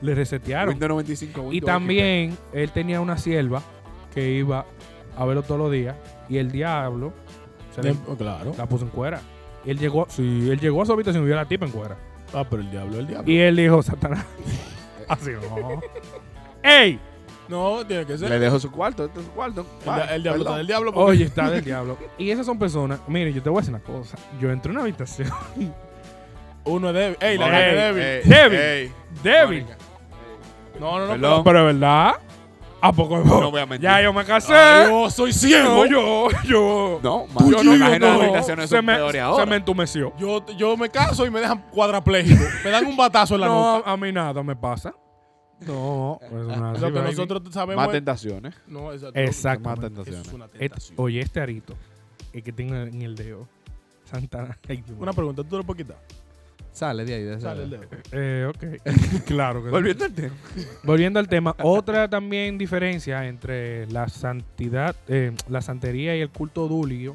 Speaker 1: Le resetearon.
Speaker 4: Windows 95.
Speaker 1: Y
Speaker 4: Windows
Speaker 1: también él tenía una sierva que iba a verlo todos los días y el diablo se le-
Speaker 2: Dem- oh, claro.
Speaker 1: la puso en cuera. Y él llegó, sí, él llegó a su habitación y vio a la tipa en cuera.
Speaker 2: Ah, pero el diablo, el diablo.
Speaker 1: Y él dijo, Satanás, así no. ¡Ey!
Speaker 2: No, tiene que
Speaker 4: XP.
Speaker 2: ser.
Speaker 4: Le dejó su cuarto. Este es su cuarto.
Speaker 2: El,
Speaker 4: Ah,
Speaker 2: dia- el diablo está
Speaker 4: perdón.
Speaker 2: del diablo. porque-
Speaker 1: Oye, está del diablo. Y esas son personas. Mire, yo te voy a decir una cosa. Yo entré en una habitación.
Speaker 2: Uno es débil. Ey, la
Speaker 1: Ey,
Speaker 2: carne es débil.
Speaker 4: Ey,
Speaker 1: Débil.
Speaker 4: ey,
Speaker 1: Débil.
Speaker 4: Mónica.
Speaker 2: No, no, no.
Speaker 4: Perdón.
Speaker 1: Pero es verdad. ¿A poco
Speaker 4: No voy a mentir.
Speaker 1: Ya yo me casé.
Speaker 2: Ay, yo soy ciego.
Speaker 1: No, yo, yo.
Speaker 4: No,
Speaker 1: Tú,
Speaker 4: más yo no
Speaker 1: yo
Speaker 4: imagino
Speaker 1: no.
Speaker 4: las relaciones
Speaker 1: se,
Speaker 4: son
Speaker 1: me,
Speaker 4: peores
Speaker 1: se
Speaker 4: ahora.
Speaker 1: me entumeció.
Speaker 2: Yo, yo me caso y me dejan cuadrapléjico. me dan un batazo en la
Speaker 1: No,
Speaker 2: nuca.
Speaker 1: a mí nada me pasa. Ah, No, eso no es
Speaker 2: ah, Lo
Speaker 1: así,
Speaker 2: que
Speaker 1: baby.
Speaker 2: nosotros sabemos
Speaker 4: Más
Speaker 2: es...
Speaker 4: tentaciones.
Speaker 2: No, exacto.
Speaker 1: Exacto.
Speaker 4: Más
Speaker 2: Eso
Speaker 4: tentaciones.
Speaker 2: es una
Speaker 1: Et-
Speaker 2: tentación.
Speaker 1: Oye, este arito, el que tengo en el dedo. Santana. Ay, Dios mío.
Speaker 2: Una pregunta, ¿tú te lo puedes quitar?
Speaker 4: Sale de ahí. de esa-
Speaker 2: Sale el dedo.
Speaker 1: Eh, ok. claro que sí.
Speaker 4: Volviendo al tema.
Speaker 1: Volviendo al tema, otra también diferencia entre la santidad, eh, la santería y el culto dulio,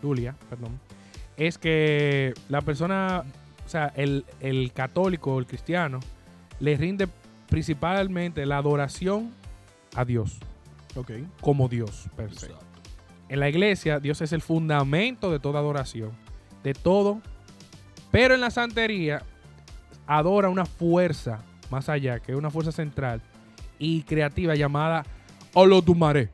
Speaker 1: dulia, perdón, es que la persona, o sea, el, el católico o el cristiano, le rinde principalmente la adoración a Dios,
Speaker 2: Ok.
Speaker 1: como Dios, per se.
Speaker 2: Exacto.
Speaker 1: En la iglesia, Dios es el fundamento de toda adoración, de todo. Pero en la santería, adora una fuerza más allá, que es una fuerza central y creativa llamada Olotumaré.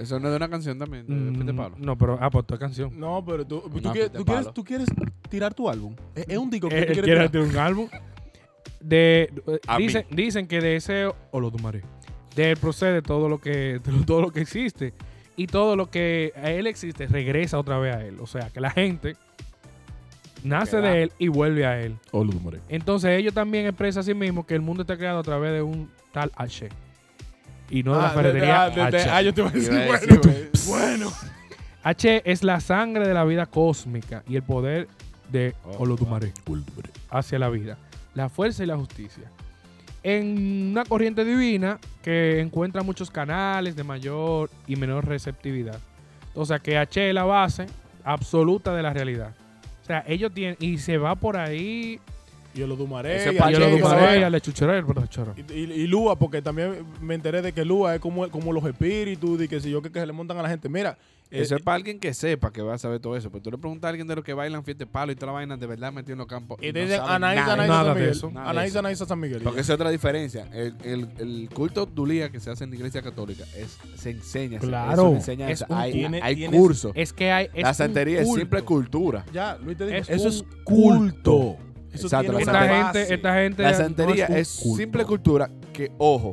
Speaker 4: Eso no es de una canción también. De
Speaker 1: Mm,
Speaker 4: Pete
Speaker 2: eh,
Speaker 4: Pablo.
Speaker 1: No, pero ah, pues tu canción.
Speaker 2: No, pero tú, tú,
Speaker 4: Una
Speaker 2: quieres,
Speaker 4: de
Speaker 2: tú,
Speaker 4: palo.
Speaker 2: quieres, tú quieres tirar tu álbum. Es, es un disco que
Speaker 1: Él
Speaker 2: tú
Speaker 1: quiere
Speaker 2: quieres tirar.
Speaker 1: hacer Eh, un álbum. De, eh,
Speaker 4: A mí.
Speaker 1: dicen, dicen que de ese Olotumaré, de él procede todo lo que todo lo que existe y todo lo que a él existe regresa otra vez a él. O sea, que la gente nace
Speaker 4: Que da.
Speaker 1: de él y vuelve a él.
Speaker 2: Oh, Luz Moreno.
Speaker 1: Entonces ellos también expresan a sí mismos que el mundo está creado a través de un tal H. Y no de la
Speaker 2: Ah, de- de-
Speaker 1: ferretería
Speaker 2: ah, de- de-
Speaker 1: H.
Speaker 2: ah, yo te iba a
Speaker 4: Iba
Speaker 2: decir,
Speaker 4: a
Speaker 2: bueno,
Speaker 4: decir, güey.
Speaker 2: bueno.
Speaker 1: H es la sangre de la vida cósmica y el poder de
Speaker 4: Oh,
Speaker 1: Olotumaré hacia la vida, la fuerza y la justicia. En una corriente divina que encuentra muchos canales de mayor y menor receptividad. O sea que H es la base absoluta de la realidad. O sea, ellos tienen, y se va por ahí
Speaker 2: Y lo
Speaker 4: Ese
Speaker 2: dumaré.
Speaker 4: Pacheco,
Speaker 1: Y a
Speaker 4: Pacheco,
Speaker 1: los
Speaker 4: Pacheco.
Speaker 1: y a la chuchera y al brochero.
Speaker 2: Y, y- y Lua, porque también me enteré de que Lua es como, como los espíritus y que si yo que, que se le montan a la gente. Mira, eh,
Speaker 4: Eso es para alguien que sepa que va a saber todo eso. Pero tú le preguntas a alguien de los que bailan fiesta de palo y toda la vaina de verdad metido en los campos.
Speaker 2: y
Speaker 4: no
Speaker 2: te dicen
Speaker 4: saben
Speaker 2: Anaísa, Anaísa
Speaker 4: nada.
Speaker 1: Nada
Speaker 2: San
Speaker 1: de
Speaker 2: Miguel.
Speaker 1: eso.
Speaker 4: Nada de
Speaker 2: Anaísa,
Speaker 4: eso.
Speaker 2: Anaísa San Miguel.
Speaker 4: Porque esa es otra diferencia. El, el- el culto dulía que se hace en la iglesia católica es, se enseña. se-
Speaker 1: Claro.
Speaker 4: Es una enseñanza.
Speaker 1: Es un-
Speaker 4: hay
Speaker 2: tiene-
Speaker 4: hay
Speaker 2: tiene-
Speaker 4: cursos.
Speaker 1: Es que hay. es
Speaker 4: la
Speaker 1: un
Speaker 4: santería es
Speaker 1: culto.
Speaker 4: simple cultura.
Speaker 2: Ya, Luis te dijo,
Speaker 1: Es
Speaker 2: eso
Speaker 1: un
Speaker 2: es culto. Eso
Speaker 4: Exacto,
Speaker 2: tiene
Speaker 4: la
Speaker 2: una
Speaker 1: Esta gente,
Speaker 2: base.
Speaker 1: esta gente.
Speaker 4: La
Speaker 1: no
Speaker 4: santería
Speaker 1: un
Speaker 4: es
Speaker 1: culto.
Speaker 4: simple cultura que, ojo,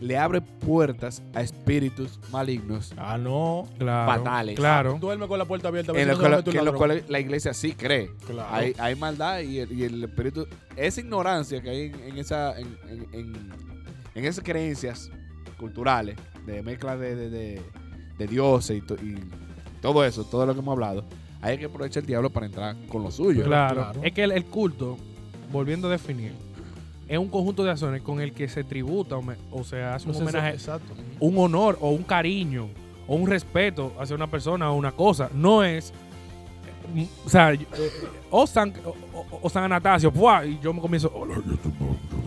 Speaker 4: le abre puertas a espíritus malignos
Speaker 2: Ah, no.
Speaker 1: Claro.
Speaker 4: fatales.
Speaker 1: Claro.
Speaker 2: Duerme con la puerta abierta. a ver
Speaker 4: en
Speaker 2: si
Speaker 4: los
Speaker 2: no se
Speaker 4: cuales
Speaker 2: mete un
Speaker 4: que en los
Speaker 2: ladrón.
Speaker 4: cuales la iglesia sí cree.
Speaker 2: Claro.
Speaker 4: Hay, hay maldad y el, y el espíritu. Esa ignorancia que hay en, en esa, en, en- en- en esas creencias culturales de mezcla de, de, de- de dioses y, to- y todo eso, todo lo que hemos hablado. Hay que aprovechar el diablo para entrar con lo suyo.
Speaker 1: Claro.
Speaker 2: claro.
Speaker 1: Es que el, el culto, volviendo a definir, es un conjunto de acciones con el que se tributa o, me- o se hace un
Speaker 2: Entonces,
Speaker 1: homenaje,
Speaker 2: Exacto.
Speaker 1: un honor o un cariño o un respeto hacia una persona o una cosa. No es. mm, O sea, yo- eh, o San, o, o- o San Anastasio, ¡buah! y yo me comienzo.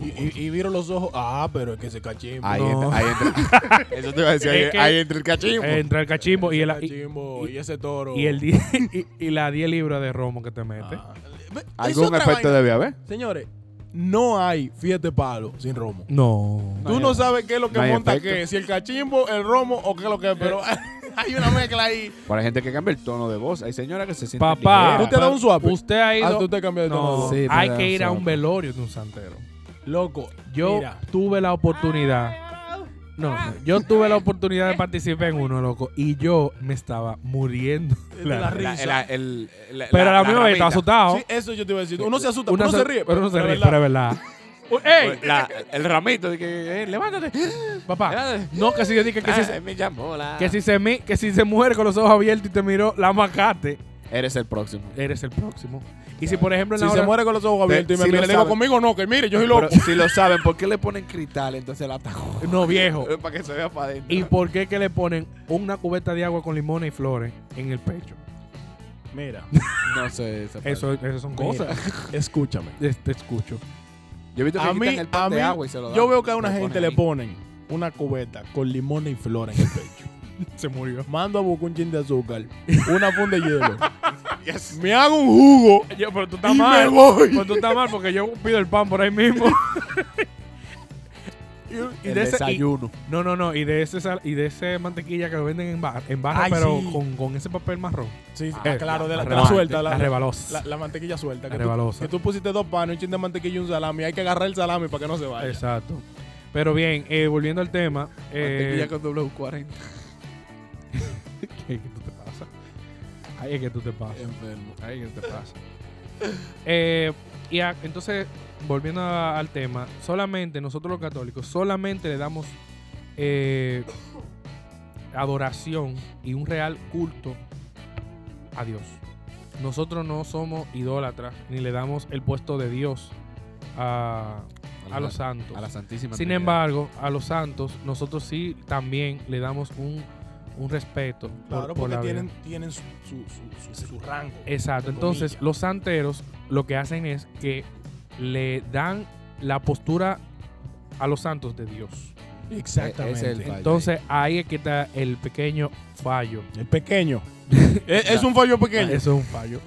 Speaker 2: Y, y, y vieron los ojos. Ah, pero es que se cachimbo.
Speaker 4: Ahí,
Speaker 1: No.
Speaker 4: entra, ahí entra. Eso te iba a decir.
Speaker 1: Es
Speaker 4: ahí,
Speaker 1: que- eh,
Speaker 4: ahí entra el cachimbo.
Speaker 1: Entre el cachimbo y, el,
Speaker 2: Ese
Speaker 1: y,
Speaker 2: cachimbo y, ese toro.
Speaker 1: y el di- y, y la 10 libras de romo que te mete.
Speaker 2: Ah. Ve, es
Speaker 4: Algún
Speaker 2: otra
Speaker 4: efecto
Speaker 2: vaina.
Speaker 4: debe haber.
Speaker 2: Señores, no hay fiesta de palo sin romo.
Speaker 1: No.
Speaker 4: No.
Speaker 2: Tú
Speaker 4: hay
Speaker 2: no
Speaker 4: efecto.
Speaker 2: sabes qué es lo que
Speaker 4: No hay
Speaker 2: monta
Speaker 4: efecto.
Speaker 2: qué, si el cachimbo, el romo o qué es lo que es, pero
Speaker 1: Eh.
Speaker 2: hay una mezcla ahí.
Speaker 4: Para hay gente que cambia el tono de voz. Hay señoras que se sienten
Speaker 1: Papá.
Speaker 2: Tú te
Speaker 4: ligeras.
Speaker 2: das un swap.
Speaker 1: Usted ha
Speaker 2: Ah, tú
Speaker 1: ido.
Speaker 2: te cambias de tono. de
Speaker 1: No,
Speaker 2: voz.
Speaker 4: Sí,
Speaker 1: hay
Speaker 4: pero
Speaker 1: que ir a
Speaker 4: son-
Speaker 1: un velorio de un santero.
Speaker 2: Loco,
Speaker 1: Yo
Speaker 2: mira,
Speaker 1: tuve la oportunidad. No, no, yo tuve la oportunidad de participar en uno, loco. Y yo me estaba muriendo.
Speaker 2: de la,
Speaker 1: La-
Speaker 2: risa.
Speaker 4: La- el- el- la-
Speaker 1: pero a la, misma vez
Speaker 4: ramita.
Speaker 1: estaba asustado.
Speaker 2: Sí, eso yo te iba a decir. Uno se asusta,
Speaker 1: Una
Speaker 2: uno se
Speaker 1: so-
Speaker 2: ríe.
Speaker 1: Pero no se
Speaker 2: la
Speaker 1: ríe,
Speaker 2: verdad,
Speaker 1: pero es verdad. Uh, ¡Ey!
Speaker 4: La- el ramito de que eh, levántate.
Speaker 1: Papá,
Speaker 2: Eh.
Speaker 4: Levántate.
Speaker 1: no, que si yo dije que, si,
Speaker 4: Ah, me llamó la-
Speaker 1: que, si se, mi- que si se muere con los ojos abiertos y te miró la macate,
Speaker 4: Eres el próximo.
Speaker 1: eres el próximo. Y si, por ejemplo, en la
Speaker 2: Si se
Speaker 1: hora-
Speaker 2: muere con los ojos abiertos y me
Speaker 4: si lo
Speaker 2: mira, le digo
Speaker 4: sabe.
Speaker 2: conmigo no, que mire, yo soy loco.
Speaker 4: Pero si lo saben, ¿por qué le ponen cristal entonces la atajo?
Speaker 1: No, viejo.
Speaker 2: Eh.
Speaker 4: Para que se vea para adentro.
Speaker 1: ¿Y por qué que le ponen una cubeta de agua con limones y flores en el pecho?
Speaker 2: Mira,
Speaker 4: No sé. esa parte.
Speaker 1: Eso, esas son cosas.
Speaker 2: escúchame.
Speaker 1: Te, te escucho.
Speaker 4: Yo he visto que
Speaker 2: A
Speaker 4: quitan
Speaker 2: mí-
Speaker 4: el pan
Speaker 2: a
Speaker 4: de
Speaker 2: mí-
Speaker 4: agua y se lo dan.
Speaker 2: Yo veo que a una
Speaker 4: Lo
Speaker 2: gente
Speaker 4: ponen
Speaker 2: le
Speaker 4: ahí.
Speaker 2: ponen una cubeta con limón y flor en el pecho.
Speaker 1: Se murió.
Speaker 2: Mando a buscar un chin de azúcar, una funda de hielo.
Speaker 4: Yes.
Speaker 2: me hago un jugo
Speaker 1: Yo, pero tú
Speaker 2: y
Speaker 1: estás
Speaker 2: me
Speaker 1: mal.
Speaker 2: voy.
Speaker 1: Pero tú estás mal porque yo pido el pan por ahí mismo. y, y
Speaker 4: El
Speaker 1: de ese, y-
Speaker 4: desayuno.
Speaker 1: no, no, no. Y de ese sal- y de ese mantequilla que lo venden en, bar, en barra,
Speaker 2: Ay,
Speaker 1: pero
Speaker 2: sí.
Speaker 1: con, con ese papel marrón.
Speaker 2: Sí, sí,
Speaker 1: Eh,
Speaker 2: claro, de la, de la
Speaker 1: rebalosa,
Speaker 2: suelta,
Speaker 1: La,
Speaker 2: la,
Speaker 1: rebalosa.
Speaker 2: la- la mantequilla suelta.
Speaker 1: La
Speaker 2: Que tú,
Speaker 1: rebalosa.
Speaker 2: que tú pusiste dos panes, un chin de mantequilla y un salami. Hay que agarrar el salami para que no se vaya.
Speaker 1: Exacto. Pero bien, eh, volviendo al tema.
Speaker 4: Mantequilla
Speaker 1: Eh,
Speaker 4: con W40.
Speaker 1: ¿Qué tú te pasa? Ay, es que tú te pasas.
Speaker 4: Enfermo.
Speaker 1: Ay, ¿qué te pasa? Eh, y a- entonces, volviendo a- al tema, solamente nosotros los católicos, solamente le damos eh, adoración y un real culto a Dios. Nosotros no somos idólatras ni le damos el puesto de Dios a, a los santos.
Speaker 4: A la Santísima.
Speaker 1: Sin
Speaker 4: Trinidad.
Speaker 1: embargo, a los santos nosotros sí también le damos un, un respeto. por-
Speaker 2: Claro,
Speaker 1: por
Speaker 2: porque
Speaker 1: la vida.
Speaker 2: tienen, tienen su, su- su- su- su rango.
Speaker 1: Exacto.
Speaker 2: entre
Speaker 1: Entonces,
Speaker 2: comillas.
Speaker 1: los santeros lo que hacen es que le dan la postura a los santos de Dios.
Speaker 2: Exactamente.
Speaker 4: Ese es el fallo.
Speaker 1: Entonces, ahí es que está el pequeño fallo.
Speaker 2: Es pequeño. es, es un fallo pequeño.
Speaker 1: Eso es un fallo.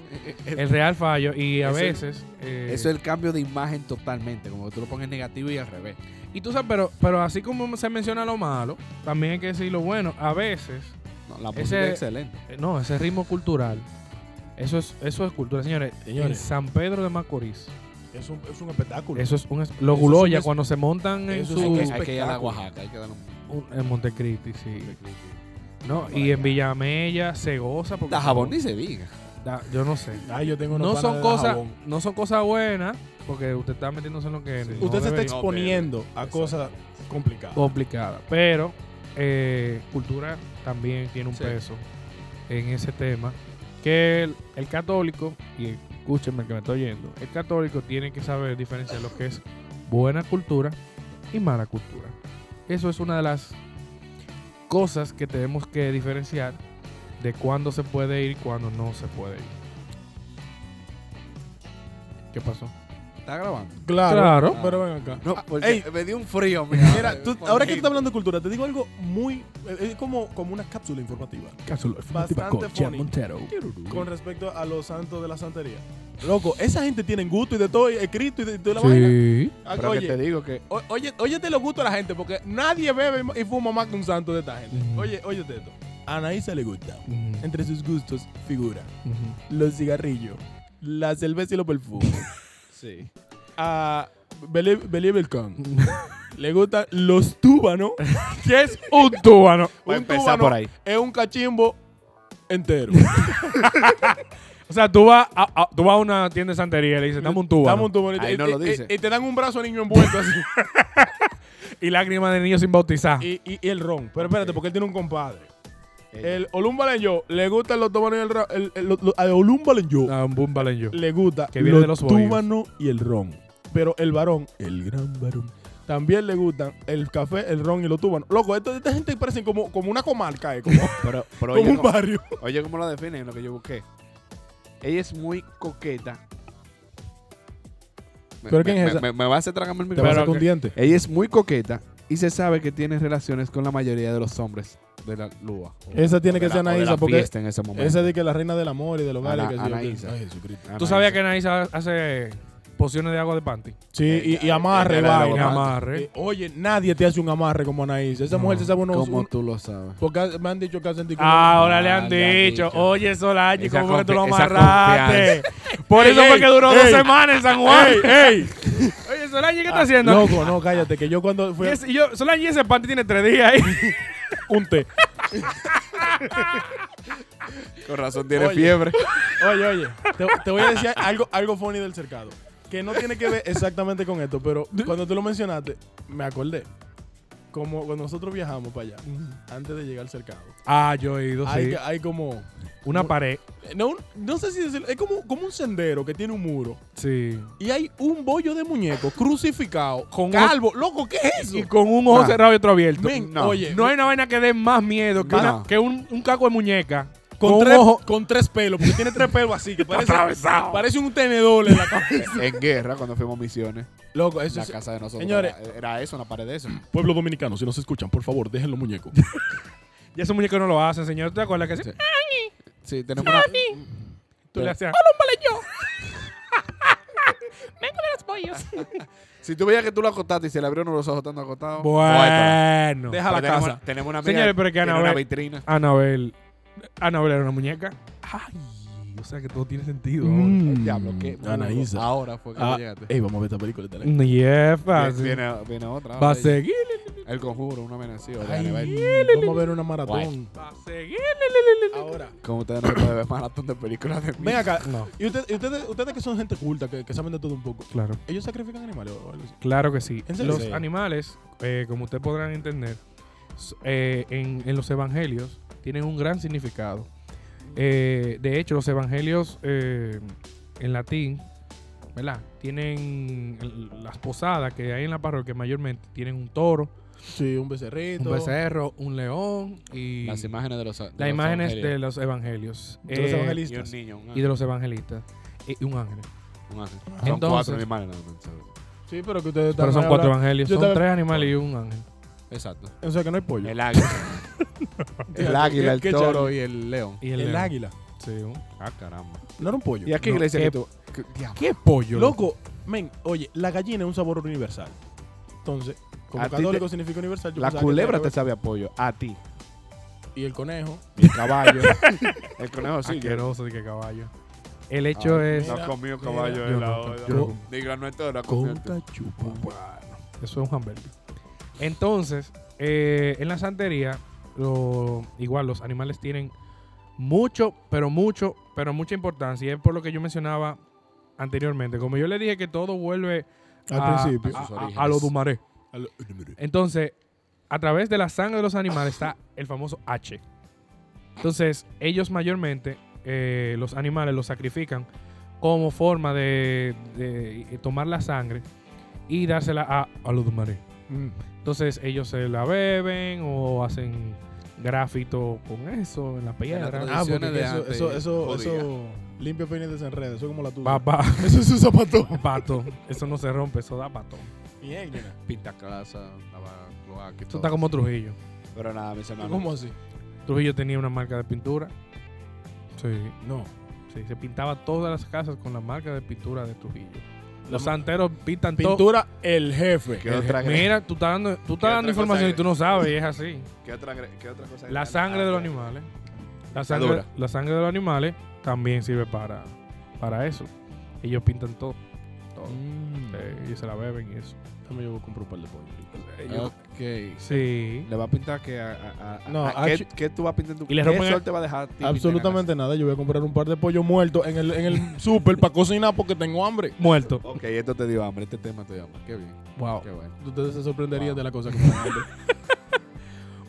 Speaker 1: El real fallo. Y a
Speaker 4: Eso-
Speaker 1: veces. eh,
Speaker 4: Eso es el cambio de imagen totalmente. Como que tú lo pones negativo y al revés.
Speaker 1: Y tú sabes, pero, pero así como se menciona lo malo, también hay que decir lo bueno. A veces,
Speaker 4: No, la
Speaker 1: Ese-
Speaker 4: música es excelente.
Speaker 1: eh, no, ese ritmo cultural. Eso es, eso es cultura, señores. En
Speaker 2: Señores.
Speaker 1: San Pedro de Macorís.
Speaker 2: Es un, es un espectáculo.
Speaker 1: Eso es un. es- Los
Speaker 2: un
Speaker 1: Guloya,
Speaker 2: es-
Speaker 1: cuando se montan en
Speaker 2: eso
Speaker 1: su.
Speaker 2: es un
Speaker 4: Hay que, hay que ir a la
Speaker 2: espectáculo.
Speaker 4: Oaxaca. Hay que dar un.
Speaker 1: Un- en Montecristi, sí. No,
Speaker 4: Por
Speaker 1: y en
Speaker 4: allá.
Speaker 1: Villamella se goza porque
Speaker 4: La jabón ni se diga.
Speaker 1: Da- yo no sé.
Speaker 2: Ay, yo tengo unos
Speaker 1: No
Speaker 2: panas
Speaker 1: son
Speaker 2: de
Speaker 1: cosas,
Speaker 2: Dajabón.
Speaker 1: no son cosas buenas porque usted está metiéndose en lo que
Speaker 4: Sí.
Speaker 1: no
Speaker 2: Usted se está
Speaker 1: debería.
Speaker 4: No,
Speaker 2: exponiendo a
Speaker 4: Exacto.
Speaker 2: cosas complicadas.
Speaker 1: Oh, complicada, pero eh, cultura también tiene un
Speaker 4: Sí.
Speaker 1: peso en ese tema que el, el católico y escúchenme que me estoy oyendo, el católico tiene que saber diferenciar lo que es buena cultura y mala cultura. Eso es una de las cosas que tenemos que diferenciar de cuándo se puede ir y cuándo no se puede ir. ¿Qué pasó?
Speaker 4: Está grabando.
Speaker 1: Claro.
Speaker 2: Pero ven acá.
Speaker 4: No, porque
Speaker 2: ey.
Speaker 4: me dio un frío, Ah, mira.
Speaker 2: Mira, tú- ahora que tú estás hablando de cultura, te digo algo muy. eh, Es como, como una cápsula informativa. Bastante funny. Con respecto a los santos de la santería. Loco, esa gente tiene gusto y de todo, y escrito y de, y toda la vaina.
Speaker 1: Sí.
Speaker 2: Ah,
Speaker 4: Pero que te
Speaker 2: Oye,
Speaker 4: digo que
Speaker 2: o- oye, óyete los gustos de la gente, porque nadie bebe y fuma más que un santo de esta gente.
Speaker 1: Ujú.
Speaker 2: Oye, óyete esto. A Anaísa le gusta.
Speaker 1: Ujú,
Speaker 2: Entre sus gustos figura
Speaker 1: ujú.
Speaker 2: los cigarrillos, la cerveza y los perfumes.
Speaker 4: sí.
Speaker 2: a Belie- Belie Belcon le gustan los túbanos, que es un túbano.
Speaker 4: Voy a
Speaker 2: Un
Speaker 4: empezar
Speaker 2: túbano
Speaker 4: por ahí.
Speaker 2: Es un cachimbo entero.
Speaker 1: O sea, tú vas a, a- tú vas a una tienda de santería y le dices, dame un tubo.
Speaker 2: Dame
Speaker 1: ¿no?
Speaker 2: un túbano. Y,
Speaker 4: Ahí
Speaker 2: y-
Speaker 4: no lo
Speaker 2: y-
Speaker 4: dice.
Speaker 2: y te dan un brazo a niño envuelto así.
Speaker 1: Y lágrimas de niño sin bautizar.
Speaker 2: y, y- y el ron. Pero espérate,
Speaker 4: Ok.
Speaker 2: porque él tiene un compadre. El Olumbalenyo le gustan los tubanos y el ron. El, el- lo- lo- al Olumbalenyo
Speaker 1: Ah, un boom valen yo.
Speaker 2: le gusta
Speaker 1: Que viene
Speaker 2: los
Speaker 1: de los bohíos.
Speaker 2: túbanos y el ron. Pero el varón, el gran varón, también le gustan el café, el ron y los túbanos. Loco, esto- esta gente parecen como, como una comarca, eh, como,
Speaker 4: Pero,
Speaker 2: como
Speaker 4: pero oye,
Speaker 2: un
Speaker 4: cómo,
Speaker 2: barrio.
Speaker 4: oye cómo la definen, lo que yo busqué. Ella es muy coqueta. Me-
Speaker 2: ¿Pero quién
Speaker 4: me-
Speaker 2: es esa?
Speaker 4: Me, me va a hacer tragarme el
Speaker 2: Te vas a
Speaker 4: micrófono.
Speaker 1: Pero
Speaker 2: sacar un
Speaker 1: que-
Speaker 2: diente.
Speaker 4: Ella es muy coqueta y se sabe que tiene relaciones con la mayoría de los hombres de la Lua.
Speaker 2: Esa tiene
Speaker 4: De
Speaker 2: que
Speaker 4: la-
Speaker 2: ser
Speaker 4: o de la
Speaker 2: Anaísa, porque
Speaker 4: fiesta en ese momento.
Speaker 2: esa de que la reina del amor y del hogar. y
Speaker 4: Ana-
Speaker 2: que sí, yo-
Speaker 4: Anaísa.
Speaker 2: Ay, Jesucristo.
Speaker 1: ¿Tú sabías que Anaísa hace pociones de agua de panty?
Speaker 2: Sí,
Speaker 4: Eh,
Speaker 2: y, y
Speaker 4: eh,
Speaker 2: amarre,
Speaker 4: eh, la-
Speaker 2: vaina.
Speaker 1: Y amarre.
Speaker 2: Eh, Oye, nadie te hace un amarre como Anaísa. Esa
Speaker 1: No.
Speaker 2: mujer se sabe unos...
Speaker 4: ¿Cómo
Speaker 2: un-
Speaker 4: tú lo sabes?
Speaker 2: porque me han dicho que hacen sentido
Speaker 1: Ah, Ahora
Speaker 4: Ah,
Speaker 1: le han
Speaker 4: le han
Speaker 1: dicho,
Speaker 4: dicho.
Speaker 1: oye Solange,
Speaker 4: Esa
Speaker 1: ¿cómo fue que tú lo
Speaker 4: confi- esa
Speaker 1: amarraste? Por eso
Speaker 2: Ey,
Speaker 1: fue que duró
Speaker 2: ey.
Speaker 1: dos semanas en San Juan.
Speaker 2: ¡Ey, ey!
Speaker 1: Oye Solange, ¿qué está haciendo?
Speaker 2: Loco, no, cállate, que yo cuando fui
Speaker 1: Y
Speaker 2: a
Speaker 1: ese- y yo, Solange, ese panty tiene tres días ahí.
Speaker 2: un té.
Speaker 4: Con razón tiene
Speaker 2: Oye.
Speaker 4: fiebre.
Speaker 2: Oye, oye, te, te voy a decir algo, algo funny del cercado. Que no tiene que ver exactamente con esto, pero cuando tú lo mencionaste, me acordé. Como cuando nosotros viajamos para allá, antes de llegar al cercado,
Speaker 1: Ah, yo he ido,
Speaker 2: hay,
Speaker 1: sí.
Speaker 2: hay como.
Speaker 1: Una pared.
Speaker 2: No, no sé si decirlo, es como, como un sendero que tiene un muro
Speaker 1: Sí.
Speaker 2: y hay un bollo de muñeco crucificado,
Speaker 1: Con un-
Speaker 2: calvo. Loco, ¿qué es
Speaker 1: Y
Speaker 2: eso?
Speaker 1: con un ojo
Speaker 4: Ah.
Speaker 1: cerrado y otro abierto.
Speaker 2: Men,
Speaker 4: no.
Speaker 2: Oye,
Speaker 1: No hay una vaina que dé más miedo que,
Speaker 4: No.
Speaker 1: una- que un, un caco de muñeca.
Speaker 2: con,
Speaker 1: un
Speaker 2: tres,
Speaker 1: ojo.
Speaker 2: con tres pelos, porque tiene tres pelos así, que parece,
Speaker 4: atravesado.
Speaker 2: parece un tenedor en la cabeza.
Speaker 4: en guerra, cuando fuimos a misiones,
Speaker 2: Loco, eso
Speaker 4: la
Speaker 2: es,
Speaker 4: casa de nosotros.
Speaker 2: Señores.
Speaker 4: Era, era eso, una pared de eso.
Speaker 2: Pueblo dominicano, si nos escuchan, por favor, déjenlo muñeco.
Speaker 1: Y ese muñeco no lo hacen, señor. ¿Tú te acuerdas que sí?
Speaker 4: Sí. Sí, tenemos una.
Speaker 1: tú le hacías?
Speaker 4: Si tú veías que tú lo acostaste y se le abrieron los ojos estando acostado. muéstrala.
Speaker 1: Bueno.
Speaker 2: Deja la
Speaker 4: Pero tenemos-
Speaker 2: casa.
Speaker 4: Tenemos una amiga
Speaker 1: Señores, pero que
Speaker 4: tiene una
Speaker 1: Anabel.
Speaker 4: vitrina.
Speaker 1: Anabel. Anabel era una muñeca. Ay, o sea que todo tiene sentido.
Speaker 2: Mm.
Speaker 4: Diablo, qué burro.
Speaker 2: Anaísa.
Speaker 4: Ahora fue que
Speaker 2: Ah,
Speaker 4: llegaste.
Speaker 2: ey, vamos a ver esta película. esta la-
Speaker 1: Yefa.
Speaker 4: Viene- viene, viene otra.
Speaker 1: Va a
Speaker 4: otra.
Speaker 1: seguir.
Speaker 4: El conjuro, una amenaza.
Speaker 2: Ay,
Speaker 4: Anabel.
Speaker 2: vamos a ver una maratón.
Speaker 4: Guay.
Speaker 1: Va a seguir.
Speaker 2: Ahora,
Speaker 4: Como ustedes no pueden ver maratón de películas de mí.
Speaker 2: ven acá.
Speaker 1: No,
Speaker 2: Y usted- y ustedes, ustedes que son gente culta, que, que saben de todo un poco,
Speaker 1: claro.
Speaker 2: ¿ellos sacrifican animales o algo así?
Speaker 1: Claro que sí.
Speaker 2: ¿En serio?
Speaker 1: Los
Speaker 2: Sí.
Speaker 1: animales, eh, como ustedes podrán entender, s- eh, en, en los evangelios tienen un gran significado. Eh, de hecho, los evangelios eh, en latín, ¿verdad? Tienen el- las posadas que hay en la parroquia mayormente. Tienen un toro,
Speaker 2: Sí, un becerrito.
Speaker 1: un becerro, un león y
Speaker 4: Las imágenes de los. de
Speaker 1: las
Speaker 4: los
Speaker 1: imágenes de
Speaker 4: evangelios.
Speaker 1: los evangelios.
Speaker 2: De los
Speaker 1: Eh,
Speaker 4: Y un
Speaker 2: evangelistas.
Speaker 4: niño, un
Speaker 1: y
Speaker 4: ángel.
Speaker 1: de los evangelistas. Y un ángel.
Speaker 4: un ángel. Son
Speaker 1: Entonces-
Speaker 4: cuatro animales. nada más, ¿sabes?
Speaker 2: Sí, pero que ustedes
Speaker 1: Pero
Speaker 2: están
Speaker 1: son
Speaker 2: ahí
Speaker 1: cuatro
Speaker 2: hablando-
Speaker 1: evangelios.
Speaker 2: yo
Speaker 1: Son
Speaker 2: estaba-
Speaker 1: tres animales y un ángel.
Speaker 4: Exacto.
Speaker 2: O sea, que no hay pollo.
Speaker 4: El águila. el águila, el
Speaker 2: ¿Qué- qué
Speaker 4: toro y el león.
Speaker 1: Y
Speaker 2: El,
Speaker 1: el, león.
Speaker 2: águila.
Speaker 1: Sí, un-
Speaker 4: Ah, caramba.
Speaker 2: No era un pollo.
Speaker 4: ¿Y a qué
Speaker 1: No,
Speaker 4: iglesia
Speaker 1: qué-
Speaker 4: que tú? qué- diablo.
Speaker 1: ¿Qué pollo?
Speaker 2: Loco, men, oye, la gallina es un sabor universal. Entonces, como
Speaker 4: A ti
Speaker 2: católico significa universal, yo
Speaker 4: La
Speaker 2: pensaba que
Speaker 4: culebra te
Speaker 2: tenía
Speaker 4: sabe a pollo. A ti.
Speaker 2: que ver- Y el conejo.
Speaker 4: Y el caballo. el conejo sí. que-
Speaker 1: Asqueroso de que caballo. El hecho
Speaker 4: Ay,
Speaker 1: es.
Speaker 4: No
Speaker 2: Mira,
Speaker 4: ha comido
Speaker 2: mira.
Speaker 4: caballo eh,
Speaker 1: Yo
Speaker 4: en la
Speaker 1: no,
Speaker 4: hora.
Speaker 1: yo no.
Speaker 4: Diga, no es todo, no ha comido
Speaker 2: Con
Speaker 4: todo.
Speaker 2: cachupa.
Speaker 1: Eso es un hamburger. Entonces, eh, en la santería, lo- igual los animales tienen mucho, pero mucho, pero mucha importancia. Y es por lo que yo mencionaba anteriormente. Como yo le dije que todo vuelve
Speaker 2: Al
Speaker 1: a-
Speaker 2: principio.
Speaker 1: a,
Speaker 4: sus
Speaker 1: a-
Speaker 4: orígenes.
Speaker 1: a lo dumaré.
Speaker 2: A lo-
Speaker 1: Entonces, a través de la sangre de los animales está el famoso H. Entonces, ellos mayormente, eh, los animales, los sacrifican como forma de, de tomar la sangre y dársela a, a los mares.
Speaker 2: Mm.
Speaker 1: Entonces, ellos se la beben o hacen grafito con eso en la piedra.
Speaker 4: tradición.
Speaker 2: Ah, porque
Speaker 4: Tradiciones de
Speaker 2: eso,
Speaker 4: antes,
Speaker 2: eso, eso,
Speaker 4: jodida.
Speaker 2: eso limpia peines desenredo, eso es como la tuya.
Speaker 1: Papá,
Speaker 2: Eso es un zapato.
Speaker 1: pato. Eso no se rompe, eso da pato.
Speaker 2: Bien, nena.
Speaker 4: Pinta casa, lava, cloaca y
Speaker 1: Eso
Speaker 4: todo.
Speaker 1: está como Trujillo.
Speaker 4: Pero nada, mis hermanos.
Speaker 2: ¿Cómo así?
Speaker 1: Trujillo tenía una marca de pintura. Sí.
Speaker 2: No.
Speaker 1: Sí, se pintaba todas las casas con la marca de pintura de Trujillo. Los
Speaker 2: La-
Speaker 1: santeros pintan todo.
Speaker 2: Pintura el jefe.
Speaker 4: ¿Qué otra, gre-
Speaker 1: Mira, tú estás dando, tú estás
Speaker 4: otra
Speaker 1: dando
Speaker 4: cosa
Speaker 1: información y
Speaker 4: hay?
Speaker 1: tú no sabes, y es así.
Speaker 4: qué otra, gre- qué otra cosa?
Speaker 1: La
Speaker 4: hay?
Speaker 1: sangre
Speaker 4: Ah,
Speaker 1: de los
Speaker 4: ya.
Speaker 1: animales. La sangre,
Speaker 4: dura.
Speaker 1: la sangre de los animales también sirve para, para eso. Ellos pintan todo. todo.
Speaker 2: Mm.
Speaker 1: Eh, y se la beben y eso.
Speaker 2: Déjame yo voy a comprar un par de pollo.
Speaker 1: Yo-
Speaker 4: Ok.
Speaker 1: sí.
Speaker 4: Le va a pintar que a, a- a-
Speaker 2: No,
Speaker 4: a- ¿qué-
Speaker 2: actu-
Speaker 4: ¿qué, tú vas a pintar en tu
Speaker 1: Y le
Speaker 4: ¿Qué
Speaker 1: rompen el-
Speaker 4: sol te va a dejar? a ti
Speaker 2: Absolutamente nada, yo voy a comprar un par de pollos muertos en el, en el súper para cocinar porque tengo hambre.
Speaker 1: Muerto.
Speaker 4: pintar en la casa? Ok, esto te dio hambre, este tema te dio hambre. Qué bien,
Speaker 1: Wow.
Speaker 4: qué bueno.
Speaker 2: Ustedes se sorprenderían
Speaker 4: Wow.
Speaker 2: de la cosa que me dan hambre.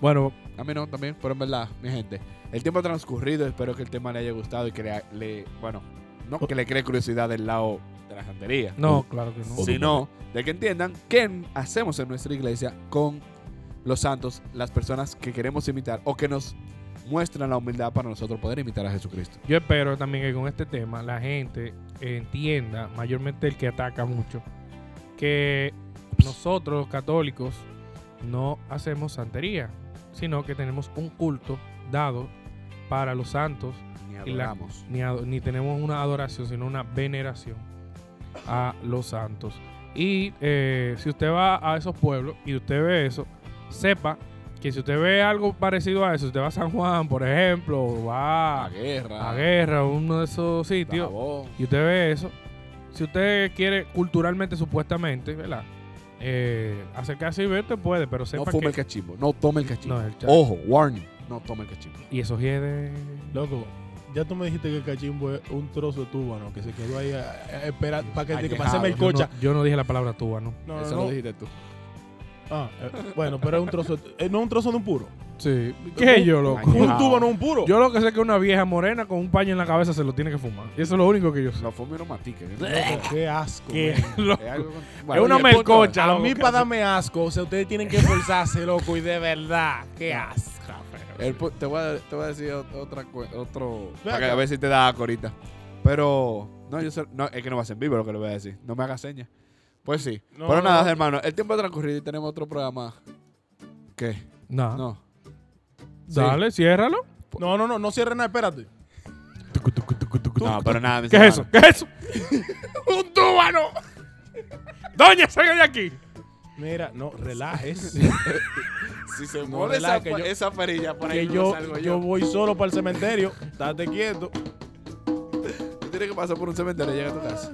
Speaker 1: Bueno,
Speaker 4: A mí no, también, pero en verdad, mi gente. El tiempo ha transcurrido, espero que el tema le haya gustado y que le, le- bueno, no que le cree curiosidad del lado de la santería,
Speaker 1: no, claro que no.
Speaker 2: o
Speaker 4: sino de que entiendan qué hacemos en nuestra iglesia con los santos, las personas que queremos imitar o que nos muestran la humildad para nosotros poder imitar a Jesucristo.
Speaker 1: Yo espero también que con este tema la gente entienda, mayormente el que ataca mucho, que nosotros los católicos no hacemos santería, sino que tenemos un culto dado para los santos,
Speaker 4: Ni
Speaker 1: Y la-
Speaker 4: adoramos.
Speaker 1: ni, ado- ni tenemos una adoración, sino una veneración a los santos. Y eh, si usted va a esos pueblos y usted ve eso, sepa que si usted ve algo parecido a eso, usted va a San Juan, por ejemplo, o va
Speaker 4: La guerra.
Speaker 1: a Ah, guerra o uno de esos sitios
Speaker 4: Dajabón.
Speaker 1: y usted ve eso, si usted quiere culturalmente, supuestamente, ¿verdad? Eh, acercarse y ver, te puede, pero
Speaker 4: No
Speaker 1: sepa
Speaker 4: fume el
Speaker 1: que...
Speaker 4: cachimbo, no tome el cachimbo.
Speaker 1: No, el cha-
Speaker 4: Ojo, warning, no tome el cachimbo.
Speaker 1: Y eso es de...
Speaker 2: Loco, ya tú me dijiste que el cachimbo es un trozo de túbano que se quedó ahí eh, a, a esperar para que, que
Speaker 4: Añejado.
Speaker 2: pasemos el
Speaker 1: Yo no-
Speaker 2: cocha.
Speaker 1: Yo no, dije la palabra tuba, ¿no?
Speaker 2: No, no,
Speaker 4: Eso
Speaker 2: no.
Speaker 4: lo dijiste tú.
Speaker 2: Ah, eh, bueno, pero es un trozo. de- eh, no es un trozo de un puro.
Speaker 1: Sí. ¿Qué
Speaker 2: Un-
Speaker 1: yo, loco?
Speaker 4: Añejado.
Speaker 2: Un túbano es un puro.
Speaker 1: Yo lo que sé es que una vieja morena con un paño en la cabeza se lo tiene que fumar. Y eso es lo único que yo sé.
Speaker 4: No fume no matique. ¿eh?
Speaker 2: Loco, qué asco.
Speaker 1: Que-
Speaker 2: man.
Speaker 1: loco.
Speaker 4: Es algo con-
Speaker 1: Es una
Speaker 4: oye, Eh, el punto
Speaker 1: melcocha.
Speaker 2: A
Speaker 1: loco,
Speaker 2: mí
Speaker 1: que-
Speaker 2: para darme asco, o sea, ustedes tienen que esforzarse, loco, y de verdad, qué asco.
Speaker 4: es- el pu- te, voy a, te voy a decir ot- otra cu- otro.
Speaker 2: Ve
Speaker 4: para que
Speaker 2: acá.
Speaker 4: a ver si te da corita. Pero. No, yo sé- no, es que no va a ser en vivo lo que le voy a decir. No me hagas señas. Pues sí.
Speaker 2: No,
Speaker 4: Pero nada,
Speaker 2: no.
Speaker 4: hermano. El tiempo ha transcurrido y tenemos otro programa. ¿Qué?
Speaker 2: Ah.
Speaker 1: Nah.
Speaker 4: No. Sí.
Speaker 1: Dale, ciérralo.
Speaker 2: No, no, no, no cierren nada, espérate.
Speaker 4: No, pero nada. mis
Speaker 1: ¿Qué es eso?
Speaker 4: hermanos.
Speaker 1: ¿Qué es eso? ¡Un túbano! ¡Doña, salga de aquí!
Speaker 2: Mira, no, relajes.
Speaker 4: Si se
Speaker 2: No,
Speaker 4: mueve
Speaker 2: relaja,
Speaker 4: esa,
Speaker 2: que
Speaker 4: fa-
Speaker 2: yo-
Speaker 4: esa perilla, por
Speaker 2: que
Speaker 4: ahí no
Speaker 2: yo,
Speaker 4: salgo
Speaker 2: yo.
Speaker 4: yo.
Speaker 2: voy solo para el cementerio. Estate quieto.
Speaker 4: Tú tienes que pasar por un cementerio y llegar a tu casa.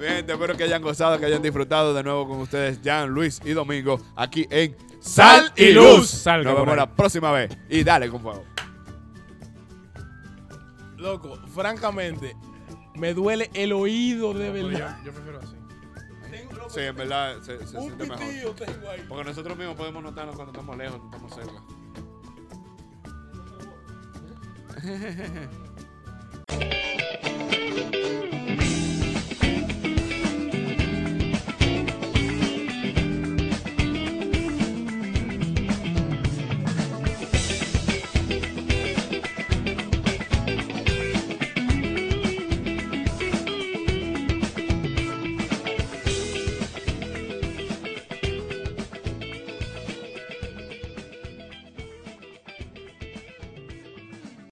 Speaker 4: Gente, espero que hayan gozado, que hayan disfrutado de nuevo con ustedes, Jan, Luis y Domingo, aquí en Sal y Luz.
Speaker 1: Salga
Speaker 4: Nos
Speaker 1: por
Speaker 4: vemos
Speaker 1: ahí.
Speaker 4: la próxima vez y dale con fuego.
Speaker 2: Loco, francamente, me duele el oído de verdad.
Speaker 1: prefiero así.
Speaker 2: Tengo, loco,
Speaker 4: Sí, en verdad se, se
Speaker 2: un
Speaker 4: siente mejor.
Speaker 2: pitillo tengo ahí.
Speaker 4: Porque nosotros mismos podemos notarnos cuando estamos lejos, cuando estamos cerca.